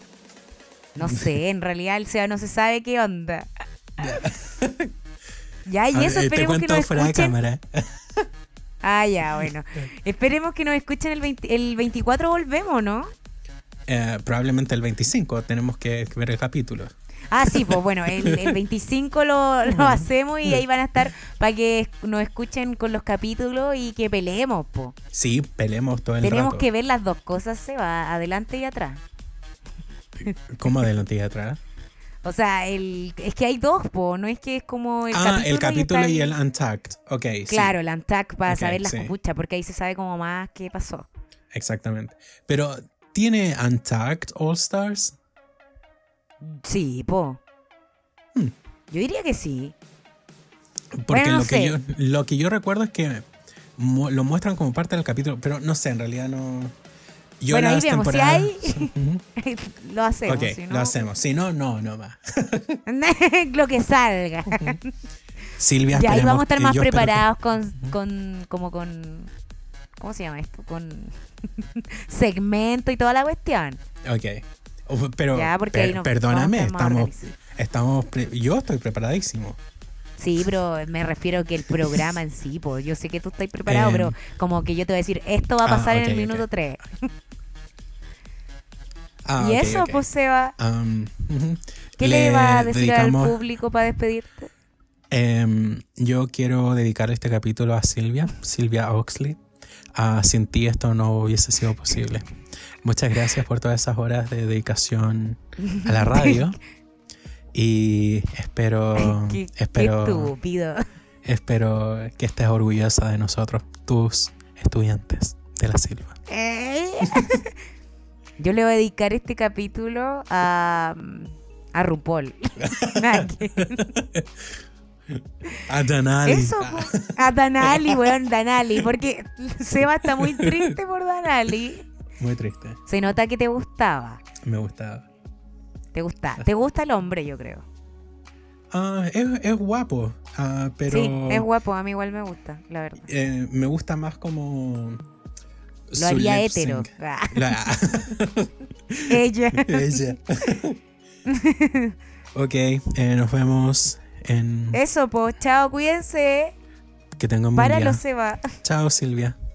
No sé, en realidad el SEA no se sabe qué onda. Ya, [laughs] y
[laughs]
eso
Eh, Te
esperemos que
cuento
nos
fuera de
escuchen.
cámara.
Ah, ya, bueno. Esperemos que nos escuchen el, 20 el 24, volvemos, ¿no?
Eh, probablemente el 25, tenemos que ver el capítulo.
Ah, sí, pues bueno, el, el 25 lo, lo hacemos y ahí van a estar para que nos escuchen con los capítulos y que peleemos, po.
Sí, pelemos todo el
Tenemos
rato.
que ver las dos cosas, se va adelante y atrás.
¿Cómo adelante y atrás?
O sea, el, es que hay dos, po, no es que es como el
ah,
capítulo.
el capítulo y,
están-
el Untagged. Ok, sí,
Claro, el ANTAC para
Ok,
saber las
sí.
cucuchas, porque ahí se sabe como más qué pasó.
exactamente. Pero, ¿tiene Untagged All Stars?
Sí, po.
Hmm.
Yo diría que sí.
Porque
Bueno, no
lo, que
sé.
yo, lo que yo recuerdo es que mu- lo muestran como parte del capítulo, pero no sé, en realidad no. Yo
bueno, ahí
las
vemos, si
temporadas-
[laughs] hay, lo hacemos.
Ok,
si no-
lo hacemos. Si no, no, no más.
[laughs] lo que salga.
Silvia,
ya, ahí
esperemos
vamos a estar
que-
más
yo espero que-
preparados con, con, como con, ¿cómo se llama esto? Con [laughs] segmento y toda la cuestión.
Ok. Uf, Pero
Ya, porque
per-
ahí nos-
perdóname,
vamos a estar más
estamos, estamos pre- yo estoy preparadísimo.
Sí, pero me refiero
[laughs]
que el programa en sí, pues yo sé que tú estás preparado,
Em.
pero como que yo te voy a decir, esto va a
Ah,
pasar
ok,
en
ok.
el minuto 3.
Ah,
y
ok,
eso,
ok.
pues Seba,
Am, ujú.
¿qué le, va a decir
dedicamos-
al público para
[laughs]
despedirte?
em, yo quiero dedicar este capítulo a Silvia, Silvia Oxley. Ah, sin ti esto no hubiese sido posible. Muchas gracias por todas esas horas de dedicación a
[laughs]
la radio. Y espero,
Qué, qué
espero,
estúpido.
[laughs] espero que estés orgullosa de nosotros, tus estudiantes de la Silva.
Eh. Yo le voy a dedicar este capítulo a, a RuPaul. [laughs] Nada que-
A Danali.
Eso, po. a Danali, weón, Danali. Porque Seba está muy triste por Danali.
Muy triste.
Se nota que te gustaba.
Me gustaba.
Te gusta. Te gusta el hombre, yo creo.
Ah, es, es guapo, ah, pero
Sí, es guapo. A mí igual me gusta, la verdad.
eh, me gusta más como... su
Lo haría
lip sync.
hetero. Ah, [laughs]
La- [laughs]
ella.
ella. ok, eh, nos vemos en...
Eh, Eso, po. Chao, cuídense.
Que tengan un buen
Páralo,
día.
Seba.
Chao Silvia.